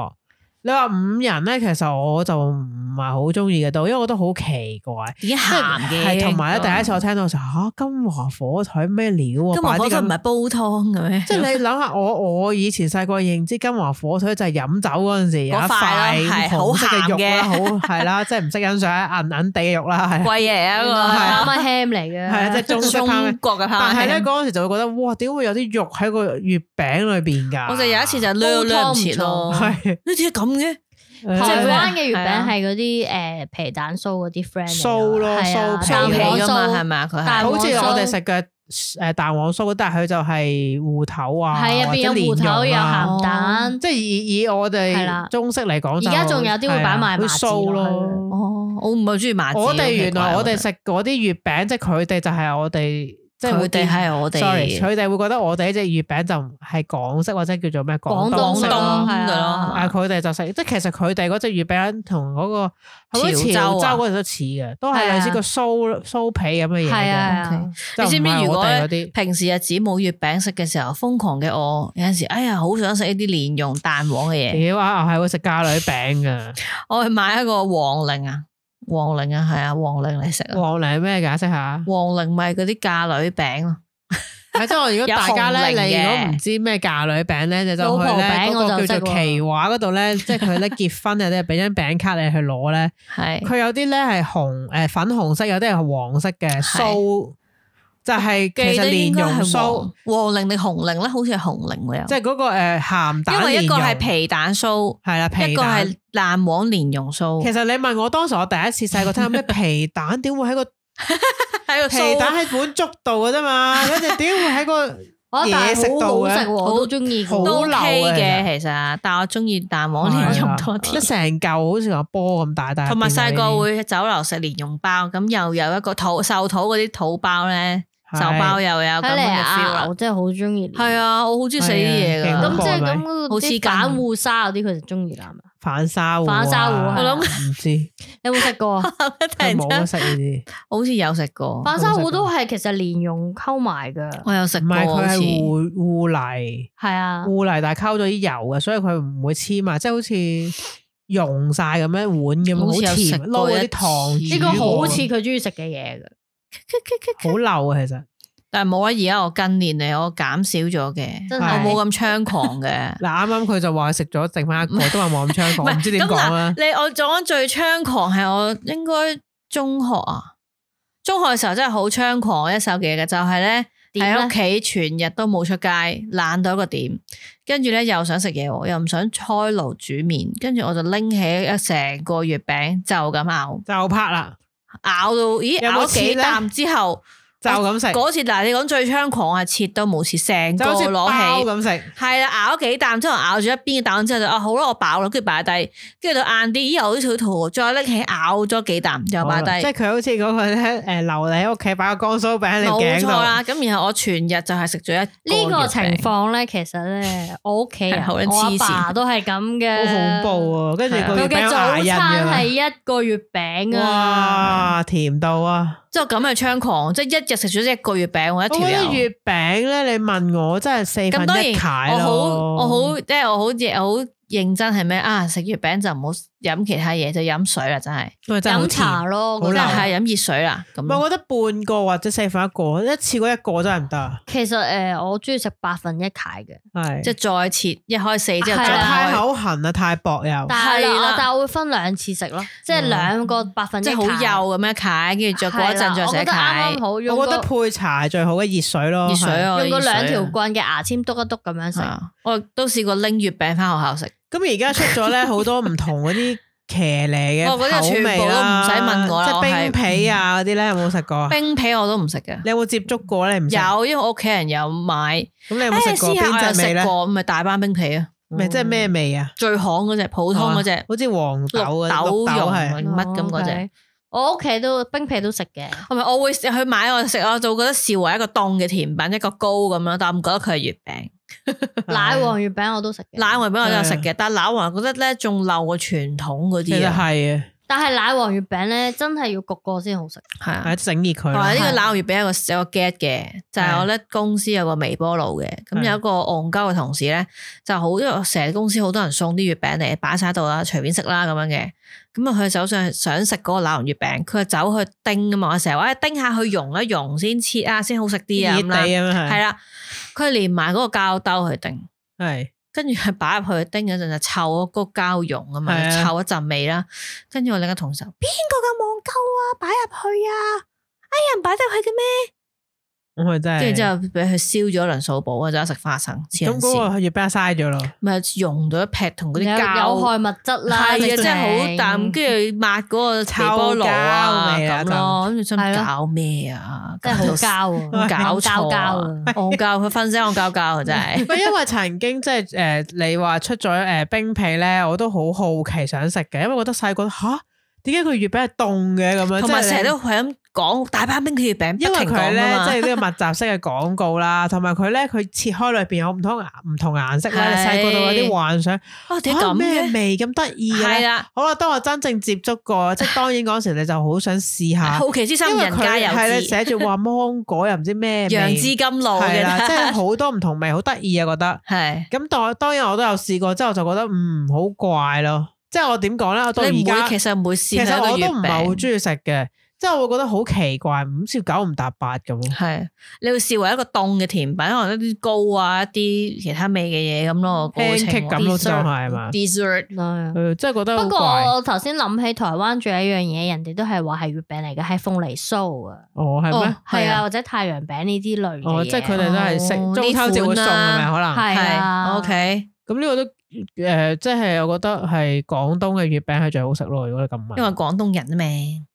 [SPEAKER 3] 你話五仁咧，其實我就唔係好中意嘅都，因為我覺得好奇怪，
[SPEAKER 4] 已經鹹嘅，哦
[SPEAKER 3] 係同埋咧第一次
[SPEAKER 4] 次
[SPEAKER 3] 我聽到就嚇、啊金華火腿咩料啊，
[SPEAKER 4] 金華火腿
[SPEAKER 3] 擺啲咁
[SPEAKER 4] 唔係煲湯嘅咩？
[SPEAKER 3] 即係你諗下，我我以前細個認知金華火腿就係飲酒嗰陣時有一
[SPEAKER 4] 嗰塊啦
[SPEAKER 3] 塊
[SPEAKER 4] 係
[SPEAKER 3] 紅色嘅
[SPEAKER 4] 好鹹
[SPEAKER 3] 肉啦，
[SPEAKER 4] 嘅
[SPEAKER 3] 好係
[SPEAKER 4] <laughs>
[SPEAKER 3] 啦，即係唔識欣賞銀銀地嘅肉啦，係
[SPEAKER 4] 貴嘢啊
[SPEAKER 5] 原來
[SPEAKER 4] 嗰
[SPEAKER 5] 係啱啱 ham 嚟
[SPEAKER 3] 係
[SPEAKER 5] 嘅，
[SPEAKER 3] 啊，即係中
[SPEAKER 4] 個
[SPEAKER 3] 式烹嘅
[SPEAKER 4] 中啊國嘅
[SPEAKER 3] 但係
[SPEAKER 4] 派
[SPEAKER 3] 咧，嗰陣時就會覺得，哇！點會有啲肉喺個月餅裏邊㗎？
[SPEAKER 4] 我就有一次就掠掠唔切咯，呢 <laughs>
[SPEAKER 3] 係
[SPEAKER 4] 啲咁嘅，
[SPEAKER 5] 台灣嘅月
[SPEAKER 4] 係啊
[SPEAKER 5] 餅係嗰啲誒皮蛋酥嗰啲 friend 嚟㗎
[SPEAKER 3] 酥咯
[SPEAKER 5] 係啊
[SPEAKER 3] 酥皮
[SPEAKER 5] 蛋
[SPEAKER 4] 皮
[SPEAKER 5] 黃
[SPEAKER 4] 㗎嘛係
[SPEAKER 5] 酥，
[SPEAKER 4] 咪啊？佢
[SPEAKER 5] 蛋
[SPEAKER 4] 係
[SPEAKER 5] 黃
[SPEAKER 3] 好似
[SPEAKER 5] 酥
[SPEAKER 3] 我哋食嘅誒蛋黃酥，但係佢就係芋頭啊，
[SPEAKER 5] 係入邊有芋
[SPEAKER 3] 芋
[SPEAKER 5] 頭有
[SPEAKER 4] 啊
[SPEAKER 5] 鹹蛋，
[SPEAKER 3] 即係以以我
[SPEAKER 5] 係
[SPEAKER 3] 哋
[SPEAKER 5] 啦
[SPEAKER 3] 中式嚟講，
[SPEAKER 5] 而家仲有啲會擺埋
[SPEAKER 3] 啊會
[SPEAKER 5] 麻子啊
[SPEAKER 3] 酥
[SPEAKER 5] 落去
[SPEAKER 3] 咯。
[SPEAKER 4] 哦，我唔係中意麻子啊嘅。
[SPEAKER 3] 我哋原來
[SPEAKER 4] 奇怪
[SPEAKER 3] 我哋食嗰啲月餅，即係佢哋就係我哋，即係會
[SPEAKER 4] 佢哋係我哋
[SPEAKER 3] sorry，佢哋會覺得我哋呢只月餅就唔係港式或者叫做咩
[SPEAKER 5] 廣
[SPEAKER 3] 東
[SPEAKER 5] 東
[SPEAKER 3] 式
[SPEAKER 5] 式
[SPEAKER 3] 咯。
[SPEAKER 4] 廣
[SPEAKER 5] 咯，係
[SPEAKER 4] 東嘅
[SPEAKER 5] 啊
[SPEAKER 4] 咯
[SPEAKER 3] 啊！佢哋就食，即係其實佢哋嗰只月餅同嗰個係咪潮
[SPEAKER 4] 潮州
[SPEAKER 3] 州
[SPEAKER 4] 啊
[SPEAKER 3] 嗰隻都似嘅，都係
[SPEAKER 5] 係啊
[SPEAKER 3] 類似個酥酥皮咁嘅嘢
[SPEAKER 5] 係
[SPEAKER 3] 嘅。
[SPEAKER 5] 啊
[SPEAKER 4] OK
[SPEAKER 5] 係啊，
[SPEAKER 3] 就
[SPEAKER 4] 你知唔
[SPEAKER 3] 係
[SPEAKER 4] 知如
[SPEAKER 3] 我
[SPEAKER 4] 果
[SPEAKER 3] 哋
[SPEAKER 4] 呢
[SPEAKER 3] 嗰啲
[SPEAKER 4] 平時日哎子冇月餅食嘅時候，瘋狂嘅我有陣時，哎呀，好想食一啲蓮蓉蛋黃嘅嘢，
[SPEAKER 3] 屌啊，係會食嫁女餅
[SPEAKER 5] <laughs>
[SPEAKER 3] 噶，
[SPEAKER 4] 我去買一個黃陵啊，黃陵啊，係啊，黃陵嚟食啊，
[SPEAKER 3] 黃嚟咩解釋下？
[SPEAKER 4] 黃陵咪嗰啲嫁女餅咯，
[SPEAKER 3] 係即係我如果大家
[SPEAKER 4] 有紅
[SPEAKER 3] 咧，
[SPEAKER 4] 菱
[SPEAKER 3] 你如
[SPEAKER 4] 嘅
[SPEAKER 3] 果唔知咩嫁女餅咧，你
[SPEAKER 5] 老
[SPEAKER 3] 就
[SPEAKER 5] 婆
[SPEAKER 3] 去咧
[SPEAKER 5] 餅
[SPEAKER 3] 嗰
[SPEAKER 5] 我
[SPEAKER 3] 個
[SPEAKER 5] 就
[SPEAKER 3] 叫
[SPEAKER 5] 識
[SPEAKER 3] 做
[SPEAKER 5] 喎
[SPEAKER 3] 奇華嗰度
[SPEAKER 4] <laughs>
[SPEAKER 3] 咧，即係佢咧結婚啊，你俾張餅卡你去攞咧，
[SPEAKER 4] 係
[SPEAKER 3] 佢有啲咧係紅誒粉紅色，有啲係黃色嘅酥，就係其實蓮蓉酥，
[SPEAKER 4] 黃陵定紅陵咧，好似係紅陵會有
[SPEAKER 3] 即，係嗰個誒鹹蛋
[SPEAKER 4] 因為一個係
[SPEAKER 3] 蓮蓉，
[SPEAKER 4] 皮蛋酥，
[SPEAKER 3] 係啦
[SPEAKER 4] 一
[SPEAKER 3] 皮
[SPEAKER 4] 個
[SPEAKER 3] 蛋
[SPEAKER 4] 係。蛋黃蓮蓉酥
[SPEAKER 3] 其，實你問我當時我第一次細個聽有
[SPEAKER 4] <laughs>
[SPEAKER 3] 咩皮蛋，點會喺個
[SPEAKER 4] 喺個
[SPEAKER 3] 皮蛋
[SPEAKER 4] 酥
[SPEAKER 3] 喺碗粥度嘅啫嘛？嗰只點會喺個？
[SPEAKER 5] 我但
[SPEAKER 3] 嘢食
[SPEAKER 5] 係
[SPEAKER 3] 到
[SPEAKER 5] 好好
[SPEAKER 3] 嘅
[SPEAKER 5] 食喎，我都中意嘅
[SPEAKER 3] 好
[SPEAKER 5] 喎。
[SPEAKER 4] 都
[SPEAKER 3] 流啊
[SPEAKER 4] OK
[SPEAKER 3] 其
[SPEAKER 4] 嘅，其實，但 <laughs> 我中意蛋黃蓮蓉多
[SPEAKER 3] 啊 <laughs> 即
[SPEAKER 4] 啲。
[SPEAKER 3] 成嚿好似個波咁大，但係
[SPEAKER 4] 同埋細個
[SPEAKER 3] 會
[SPEAKER 4] 會去酒樓食蓮蓉包，咁又有一
[SPEAKER 3] <laughs>
[SPEAKER 4] 個肚壽肚嗰啲肚包咧，壽包又有咁
[SPEAKER 5] 睇
[SPEAKER 4] 樣
[SPEAKER 5] 嚟
[SPEAKER 4] 嘅 feel
[SPEAKER 5] 啊，
[SPEAKER 4] 啦
[SPEAKER 5] 我。真係好中意。
[SPEAKER 4] 係，啊，我好中意食呢啲嘢
[SPEAKER 3] 係啊
[SPEAKER 5] 咁
[SPEAKER 4] 㗎。
[SPEAKER 5] 即係
[SPEAKER 3] 係
[SPEAKER 5] 咁
[SPEAKER 3] 咪
[SPEAKER 5] 嗰
[SPEAKER 4] 好
[SPEAKER 5] 個
[SPEAKER 4] 似
[SPEAKER 5] 啲
[SPEAKER 4] 筋
[SPEAKER 5] 反護沙嗰啲，佢就中意啦。係嘛
[SPEAKER 3] 反沙芋啊，
[SPEAKER 5] 反沙芋係
[SPEAKER 4] 我諗
[SPEAKER 3] 唔
[SPEAKER 4] <laughs>
[SPEAKER 3] 知
[SPEAKER 5] 有冇食過啊？
[SPEAKER 4] 突
[SPEAKER 3] 佢
[SPEAKER 4] 然
[SPEAKER 3] 冇得
[SPEAKER 4] 間
[SPEAKER 3] 食呢啲，
[SPEAKER 4] <laughs> 好似有食過，
[SPEAKER 5] 反沙糊都係其實蓮蓉溝埋㗎，
[SPEAKER 4] 我有食
[SPEAKER 3] 唔
[SPEAKER 4] 過，
[SPEAKER 3] 係
[SPEAKER 4] 好
[SPEAKER 3] 佢係
[SPEAKER 4] 似
[SPEAKER 3] 芋芋泥，
[SPEAKER 5] 係啊，
[SPEAKER 3] 芋泥但係溝咗啲油嘅，所以佢唔會黐埋，即係好似溶晒咁樣碗咁，
[SPEAKER 4] 好似有
[SPEAKER 3] 好
[SPEAKER 4] 食
[SPEAKER 3] 甜，
[SPEAKER 4] 過
[SPEAKER 3] 撈嗰啲糖
[SPEAKER 4] 一次
[SPEAKER 5] 呢
[SPEAKER 3] 煮
[SPEAKER 5] 個
[SPEAKER 3] 過，
[SPEAKER 5] 好似佢中意食嘅嘢㗎。
[SPEAKER 3] 好流啊，其實
[SPEAKER 4] 但係冇啊！而家我近年嚟我減少咗嘅，
[SPEAKER 5] 真
[SPEAKER 3] 係。
[SPEAKER 4] 我冇咁猖狂嘅
[SPEAKER 3] 嗱啱啱佢就話食咗剩翻一個，都話冇咁猖狂，我唔知點
[SPEAKER 4] 咁
[SPEAKER 3] 講啊啦
[SPEAKER 4] 嗱，。你我講最猖狂係我應該中學啊，中學嘅時候真係好猖狂一手嘢嘅，就係咧
[SPEAKER 5] 點
[SPEAKER 4] 喺
[SPEAKER 5] 呢
[SPEAKER 4] 屋企全日都冇出街，懶到一個點，跟住咧又想食嘢喎，又唔想開爐煮麵，跟住我就拎起一成個月餅就咁咬，
[SPEAKER 3] 就拍啦，
[SPEAKER 4] 咬到咦
[SPEAKER 3] 有冇
[SPEAKER 4] 咬
[SPEAKER 3] 切
[SPEAKER 4] 幾
[SPEAKER 3] 呢
[SPEAKER 4] 啖之後，
[SPEAKER 3] 就咁食，
[SPEAKER 4] 嗰次嗱你講最猖狂係切都冇切，成
[SPEAKER 3] 就
[SPEAKER 4] 個
[SPEAKER 3] 好似包
[SPEAKER 4] 攞起。
[SPEAKER 3] 咁食，
[SPEAKER 4] 系啦，咬咗幾啖之後咬住一邊嘅蛋之後就啊好啦，我飽啦，跟住擺低，跟住哎到晏啲，咦又好似肚餓，再拎起咬咗幾啖又擺
[SPEAKER 3] 好啦即係
[SPEAKER 4] 低，
[SPEAKER 3] 佢好似嗰個咧，誒留你喺屋企擺個江蘇餅喺你
[SPEAKER 4] 冇
[SPEAKER 3] 頸
[SPEAKER 4] 錯
[SPEAKER 3] 度。
[SPEAKER 4] 啦。咁然後我全日就係食咗一
[SPEAKER 5] 呢
[SPEAKER 4] 個
[SPEAKER 5] 個情況咧，其實咧，我屋企人
[SPEAKER 4] 係啊好撚
[SPEAKER 5] 我阿
[SPEAKER 4] 黐線
[SPEAKER 5] 爸都係咁嘅，
[SPEAKER 3] 好恐怖啊！跟住個
[SPEAKER 5] 佢
[SPEAKER 3] 月
[SPEAKER 5] 嘅
[SPEAKER 3] 餅
[SPEAKER 5] 早
[SPEAKER 3] 牙印
[SPEAKER 5] 餐
[SPEAKER 4] 啊
[SPEAKER 5] 係
[SPEAKER 3] 㗎
[SPEAKER 5] 一個月餅啊！
[SPEAKER 3] 哇，甜到啊！
[SPEAKER 4] 即係咁嘅猖狂，即係一日食咗一個月餅或
[SPEAKER 3] 我
[SPEAKER 4] 一
[SPEAKER 3] 覺
[SPEAKER 4] 條
[SPEAKER 3] 得
[SPEAKER 4] 友。
[SPEAKER 3] 月餅咧，你問我真係四
[SPEAKER 4] 咁當
[SPEAKER 3] 分一解
[SPEAKER 4] 然，我好
[SPEAKER 3] 咯。
[SPEAKER 4] 我好即係我好認好認真係咩啊？食月餅就唔好飲其他嘢，就飲水啦，真係
[SPEAKER 3] 因為真係好
[SPEAKER 5] 飲
[SPEAKER 3] 甜
[SPEAKER 5] 茶咯，
[SPEAKER 3] 好
[SPEAKER 4] 真
[SPEAKER 5] 我覺得
[SPEAKER 3] 流
[SPEAKER 5] 係
[SPEAKER 4] 係飲熱水啦。咁
[SPEAKER 3] 唔係，我覺得半個或者四分一個，一次過一個真係唔得啊，
[SPEAKER 5] 其實诶，誒我中意食百分一蟹嘅，
[SPEAKER 3] 係
[SPEAKER 4] 即係再切一開四之後
[SPEAKER 5] 係
[SPEAKER 4] 再
[SPEAKER 5] 啊
[SPEAKER 3] 太
[SPEAKER 4] 開，
[SPEAKER 3] 口痕啦，太薄又，
[SPEAKER 5] 但係
[SPEAKER 4] 係啦哦
[SPEAKER 5] 啦，但係我會分兩次食咯，即係
[SPEAKER 3] 嗯
[SPEAKER 5] 兩個百分一
[SPEAKER 4] 即係好
[SPEAKER 5] 蟹
[SPEAKER 4] 幼咁樣解，跟住再過一
[SPEAKER 5] 係啦
[SPEAKER 4] 陣再
[SPEAKER 5] 我覺
[SPEAKER 4] 寫
[SPEAKER 5] 得啱啱
[SPEAKER 4] 解。
[SPEAKER 5] 好，用
[SPEAKER 3] 我覺得
[SPEAKER 5] 個
[SPEAKER 3] 配茶係最好嘅熱水咯，
[SPEAKER 4] 熱水
[SPEAKER 3] 係
[SPEAKER 4] 啊，
[SPEAKER 5] 用
[SPEAKER 4] 個
[SPEAKER 5] 個兩條棍嘅牙籤篤一篤咁樣食，
[SPEAKER 4] 啊我都試過拎月餅翻學校食，
[SPEAKER 3] 咁而家出咗咧好多唔同嗰啲騎呢嘅
[SPEAKER 4] 哦嗰啲
[SPEAKER 3] 口
[SPEAKER 4] 全部
[SPEAKER 3] 味啦，
[SPEAKER 4] 都唔使問我啦
[SPEAKER 3] 即係
[SPEAKER 4] 我係
[SPEAKER 3] 冰皮啊嗰啲咧，有冇食過啊？
[SPEAKER 4] 冰皮我都唔食嘅。
[SPEAKER 3] 你有冇接觸過咧？你唔食
[SPEAKER 4] 有，因為我屋企人有買。
[SPEAKER 3] 咁你有冇食過
[SPEAKER 4] 誒試下我
[SPEAKER 3] 邊
[SPEAKER 4] 有
[SPEAKER 3] 隻味
[SPEAKER 4] 食
[SPEAKER 3] 咧？
[SPEAKER 4] 過，咪大班冰皮啊，
[SPEAKER 3] 咪即係咩味啊？
[SPEAKER 4] 最行嗰只普通嗰只
[SPEAKER 3] 好似黃豆
[SPEAKER 4] 綠
[SPEAKER 3] 啊，
[SPEAKER 4] 豆
[SPEAKER 3] 綠豆
[SPEAKER 4] 蓉
[SPEAKER 3] 係。
[SPEAKER 4] 乜咁嗰只。
[SPEAKER 5] 哦 OK 我屋企都冰皮都食嘅，
[SPEAKER 4] <laughs> 係咪我會去買我食，我就會覺得視為一個凍嘅甜品，一個糕咁樣，但我唔覺得佢係月餅。
[SPEAKER 3] 啊
[SPEAKER 5] 奶黃月餅我都食嘅，
[SPEAKER 4] 奶黃俾我有食嘅，但奶黃覺得咧仲漏過傳統嗰
[SPEAKER 3] 其實
[SPEAKER 4] 啲啊，
[SPEAKER 3] 係啊，
[SPEAKER 5] 但係奶黃月餅咧真係要焗過先好食。
[SPEAKER 4] 係啊。
[SPEAKER 3] 係整熱佢
[SPEAKER 4] 同
[SPEAKER 3] 啦。
[SPEAKER 4] 啊埋呢個
[SPEAKER 5] 係
[SPEAKER 4] 奶黃月餅有個有個 get 嘅，就係我咧公司有個微波爐嘅，咁
[SPEAKER 3] 係
[SPEAKER 4] 有一個戇鳩嘅同事咧就好，因為我成日公司好多人送啲月餅嚟擺晒喺度啦，隨便食啦咁樣嘅。咁啊，佢手上想食嗰個奶黃月餅，佢就走去叮啊嘛，我成日話哎叮下佢溶一溶先切啊，先好食啲啊
[SPEAKER 3] 熱
[SPEAKER 4] 咁
[SPEAKER 3] 地
[SPEAKER 4] 啦。
[SPEAKER 3] 咁樣
[SPEAKER 4] 係
[SPEAKER 3] 係，
[SPEAKER 4] 啦，佢連埋嗰個膠兜去叮。
[SPEAKER 3] 係
[SPEAKER 4] 跟住係擺入去叮嗰陣就臭嗰個膠蓉啊嘛，
[SPEAKER 3] 係啊
[SPEAKER 4] 臭一陣味啦。跟住我另一個同事話邊個咁戇鳩啊，擺入去啊！哎呀，唔擺得入去嘅咩？
[SPEAKER 3] 咁佢真係。
[SPEAKER 4] 跟住之後俾佢燒咗一輪掃把，就一食花生，
[SPEAKER 3] 咁
[SPEAKER 4] 黐人線
[SPEAKER 3] 嗰個月餅嘥咗咯。
[SPEAKER 4] 咪溶咗一劈同嗰
[SPEAKER 5] 有
[SPEAKER 4] 啲膠
[SPEAKER 5] 有害物質啦，
[SPEAKER 4] 係
[SPEAKER 5] 直
[SPEAKER 4] 啊，
[SPEAKER 5] 情
[SPEAKER 4] 真係好淡，跟住抹嗰個微波爐
[SPEAKER 3] 臭膠
[SPEAKER 4] 啊
[SPEAKER 3] 味啊
[SPEAKER 4] 咁咯，跟住
[SPEAKER 5] 係
[SPEAKER 4] 想
[SPEAKER 5] 咯
[SPEAKER 4] 搞咩啊？
[SPEAKER 5] 真係 <laughs> 好
[SPEAKER 4] 搞
[SPEAKER 5] 膠啊，
[SPEAKER 4] 搞
[SPEAKER 5] 膠
[SPEAKER 4] 錯啊
[SPEAKER 5] <laughs> 膠！啊，
[SPEAKER 4] 戇教佢瞓醒戇教教
[SPEAKER 3] <laughs>
[SPEAKER 4] 啊，真係。
[SPEAKER 3] 喂，因為曾經即係誒，呃你話出咗誒冰皮咧，我都好好奇想食嘅，因為覺得細個吓點解佢月餅係凍嘅咁樣，
[SPEAKER 4] 同埋
[SPEAKER 3] 即係
[SPEAKER 4] 成日
[SPEAKER 3] 你
[SPEAKER 4] 都係咁講大班冰月餅，
[SPEAKER 3] 因為
[SPEAKER 4] 為
[SPEAKER 3] 佢咧，即
[SPEAKER 4] 係
[SPEAKER 3] 係呢個密集式嘅廣告啦，同埋佢咧，佢切開裏邊有唔同顏唔同顏色啦，
[SPEAKER 4] 係
[SPEAKER 3] 你細個度有啲幻想，
[SPEAKER 4] 啊點解
[SPEAKER 3] 嚇
[SPEAKER 4] 咁
[SPEAKER 3] 咩
[SPEAKER 4] 嘅？
[SPEAKER 3] 味啊咁得意嘅
[SPEAKER 4] 係
[SPEAKER 3] 咧？
[SPEAKER 4] 啦，
[SPEAKER 3] 好啦，當我真正接觸過，即係當然嗰時你就好想試下，
[SPEAKER 4] <laughs> 好奇之心
[SPEAKER 3] 因為
[SPEAKER 4] 人皆
[SPEAKER 3] 佢係咧
[SPEAKER 4] 有之，
[SPEAKER 3] 寫住話芒果又唔知
[SPEAKER 4] <laughs>
[SPEAKER 3] 咩味，
[SPEAKER 4] 楊枝甘露
[SPEAKER 3] 係
[SPEAKER 4] 嘅 <laughs>
[SPEAKER 3] 啦，即係好多唔同味，好得意啊，覺得。
[SPEAKER 4] 係
[SPEAKER 3] 咁當當然我都有試過，之後就覺得嗯好怪咯，即係我點講咧？我到
[SPEAKER 4] 你
[SPEAKER 3] 而
[SPEAKER 4] 唔會
[SPEAKER 3] 家
[SPEAKER 4] 其實唔會
[SPEAKER 3] 其
[SPEAKER 4] 試
[SPEAKER 3] 實
[SPEAKER 4] 係
[SPEAKER 3] 我
[SPEAKER 4] 一個月
[SPEAKER 3] 都唔係好
[SPEAKER 4] 餅，
[SPEAKER 3] 中意食嘅，即係我會覺得好奇怪，五少九唔搭八咁咯。
[SPEAKER 4] 係你會視為一個凍嘅甜品，可能一啲糕啊、一啲其他味嘅嘢咁咯，個過
[SPEAKER 3] Pancake
[SPEAKER 4] 程
[SPEAKER 3] 咁咯就係嘛
[SPEAKER 4] dessert
[SPEAKER 5] 係啊
[SPEAKER 3] 誒，真係覺得好
[SPEAKER 5] 不過
[SPEAKER 3] 怪。
[SPEAKER 5] 我頭先諗起台灣仲有一樣嘢，人哋都係話係月餅嚟嘅，係鳳梨酥啊，
[SPEAKER 3] 哦，係咩
[SPEAKER 4] 哦？
[SPEAKER 5] 係
[SPEAKER 4] 係啊
[SPEAKER 5] 啊，或者太陽餅呢啲類嘅嘢啊
[SPEAKER 3] 哦，即係佢哋都係食
[SPEAKER 4] 哦
[SPEAKER 3] 中秋節會送係咪？可能
[SPEAKER 5] 係啊
[SPEAKER 4] 係 OK，
[SPEAKER 3] 咁呢個都誒，即係我覺得係廣東嘅月餅係最好食咯。如果你咁問，
[SPEAKER 4] 因為廣東人啊嘛。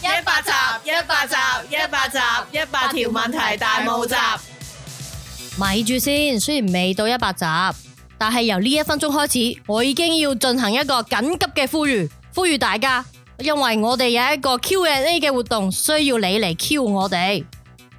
[SPEAKER 5] 一百集一百集一百集
[SPEAKER 4] 一百
[SPEAKER 5] 條問題大募集咪住先，雖然未到一百集，但係由呢一分鐘開始，我已經要進行一個緊急嘅呼籲，呼籲大家，因為我哋有一個 Q&A 嘅活動，需要你嚟 Q 我 <laughs> 哋。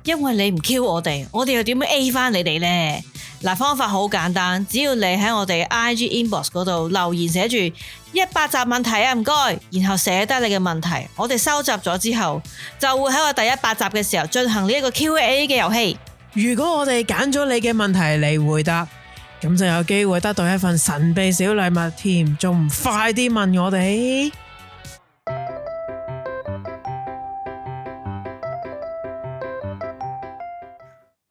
[SPEAKER 4] 因為你唔 Q 我哋，我哋又點樣 A 翻你哋呢？嗱，方法好簡單，只要你喺我哋 IG inbox 嗰度留言寫住一百集問題啊，唔該，然後寫低你嘅問題，我哋收集咗之後，就會喺我第一百集嘅時候進行呢一個 Q&A 嘅遊戲。
[SPEAKER 3] 如果我哋揀咗你嘅問題嚟回答，咁就有機會得到一份神秘小禮物添，仲唔快啲問我
[SPEAKER 4] <laughs>
[SPEAKER 3] 哋？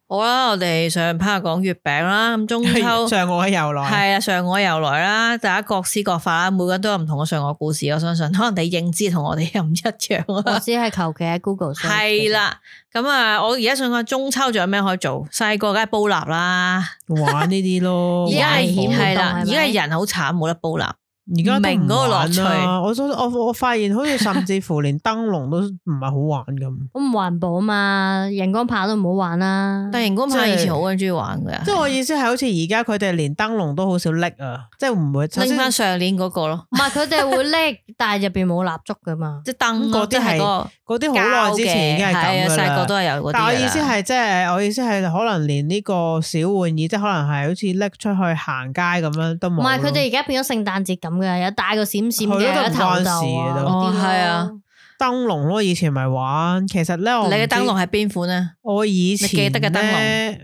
[SPEAKER 4] 好啦，我哋上 part 講月餅啦，咁 <laughs> 中
[SPEAKER 3] 上我又來，
[SPEAKER 4] 係啊，上我又來啦，大家各施各法啦，每個人都有唔同嘅上我故事，我相信可能你認知同我哋又唔一啊樣啦。
[SPEAKER 5] 只係求其喺 Google
[SPEAKER 4] 係，啦，咁啊，我而家想講中秋仲有咩可以做？細個梗係煲蠟啦，
[SPEAKER 3] <laughs> 玩呢啲咯。
[SPEAKER 4] <laughs> 而
[SPEAKER 5] 而
[SPEAKER 4] 家
[SPEAKER 5] 家
[SPEAKER 4] 係
[SPEAKER 5] 係險
[SPEAKER 4] 係啦，
[SPEAKER 5] 活動係
[SPEAKER 4] 而
[SPEAKER 5] 咪
[SPEAKER 4] 家係人好慘，冇得煲蠟。
[SPEAKER 3] 而家都唔
[SPEAKER 4] 明嗰個樂
[SPEAKER 3] 玩
[SPEAKER 4] 趣
[SPEAKER 3] 啦我想我我發現好似甚至乎連燈籠都唔係好玩咁。
[SPEAKER 5] 咁唔環保嘛，熒光棒都唔好玩啦。
[SPEAKER 4] 但係熒光棒
[SPEAKER 3] 即係
[SPEAKER 4] 以前好鬼中意玩嘅，
[SPEAKER 3] 即係我意思係，好似而家佢哋連燈籠都好少拎啊，即係唔會首
[SPEAKER 4] 拎
[SPEAKER 3] 先
[SPEAKER 4] 翻上年嗰個咯，
[SPEAKER 5] 唔係佢哋會拎，但係入邊冇蠟燭噶嘛。
[SPEAKER 4] 即係燈
[SPEAKER 3] 咁嗰
[SPEAKER 4] 咯，
[SPEAKER 3] 啲
[SPEAKER 4] 即係嗰
[SPEAKER 3] 嗰啲
[SPEAKER 4] 個
[SPEAKER 3] 好耐之前已經係
[SPEAKER 4] 係
[SPEAKER 3] 咁
[SPEAKER 4] 啊，
[SPEAKER 3] 噶
[SPEAKER 4] 細個都
[SPEAKER 3] 啦。
[SPEAKER 4] 係有嗰啲㗎啦。
[SPEAKER 3] 但我意思係，即係我意思係，可能連呢個小玩意，即係可能係好似拎出去行街咁樣 <laughs> 都冇
[SPEAKER 5] 唔
[SPEAKER 3] 咯。
[SPEAKER 5] 係佢哋而家變咗聖誕節咁嘅，有戴個閃閃
[SPEAKER 3] 係咯都唔
[SPEAKER 5] 嘅有頭
[SPEAKER 3] 關事
[SPEAKER 5] 就
[SPEAKER 3] 嘅
[SPEAKER 5] 啊
[SPEAKER 3] 都
[SPEAKER 5] 嗰啲咯
[SPEAKER 4] 哦係啊
[SPEAKER 3] 燈籠咯，以前咪玩。其實咧，我唔
[SPEAKER 4] 你嘅燈
[SPEAKER 3] 知
[SPEAKER 4] 籠係邊款啊？
[SPEAKER 3] 我以前
[SPEAKER 4] 你記得嘅燈籠
[SPEAKER 3] 咧，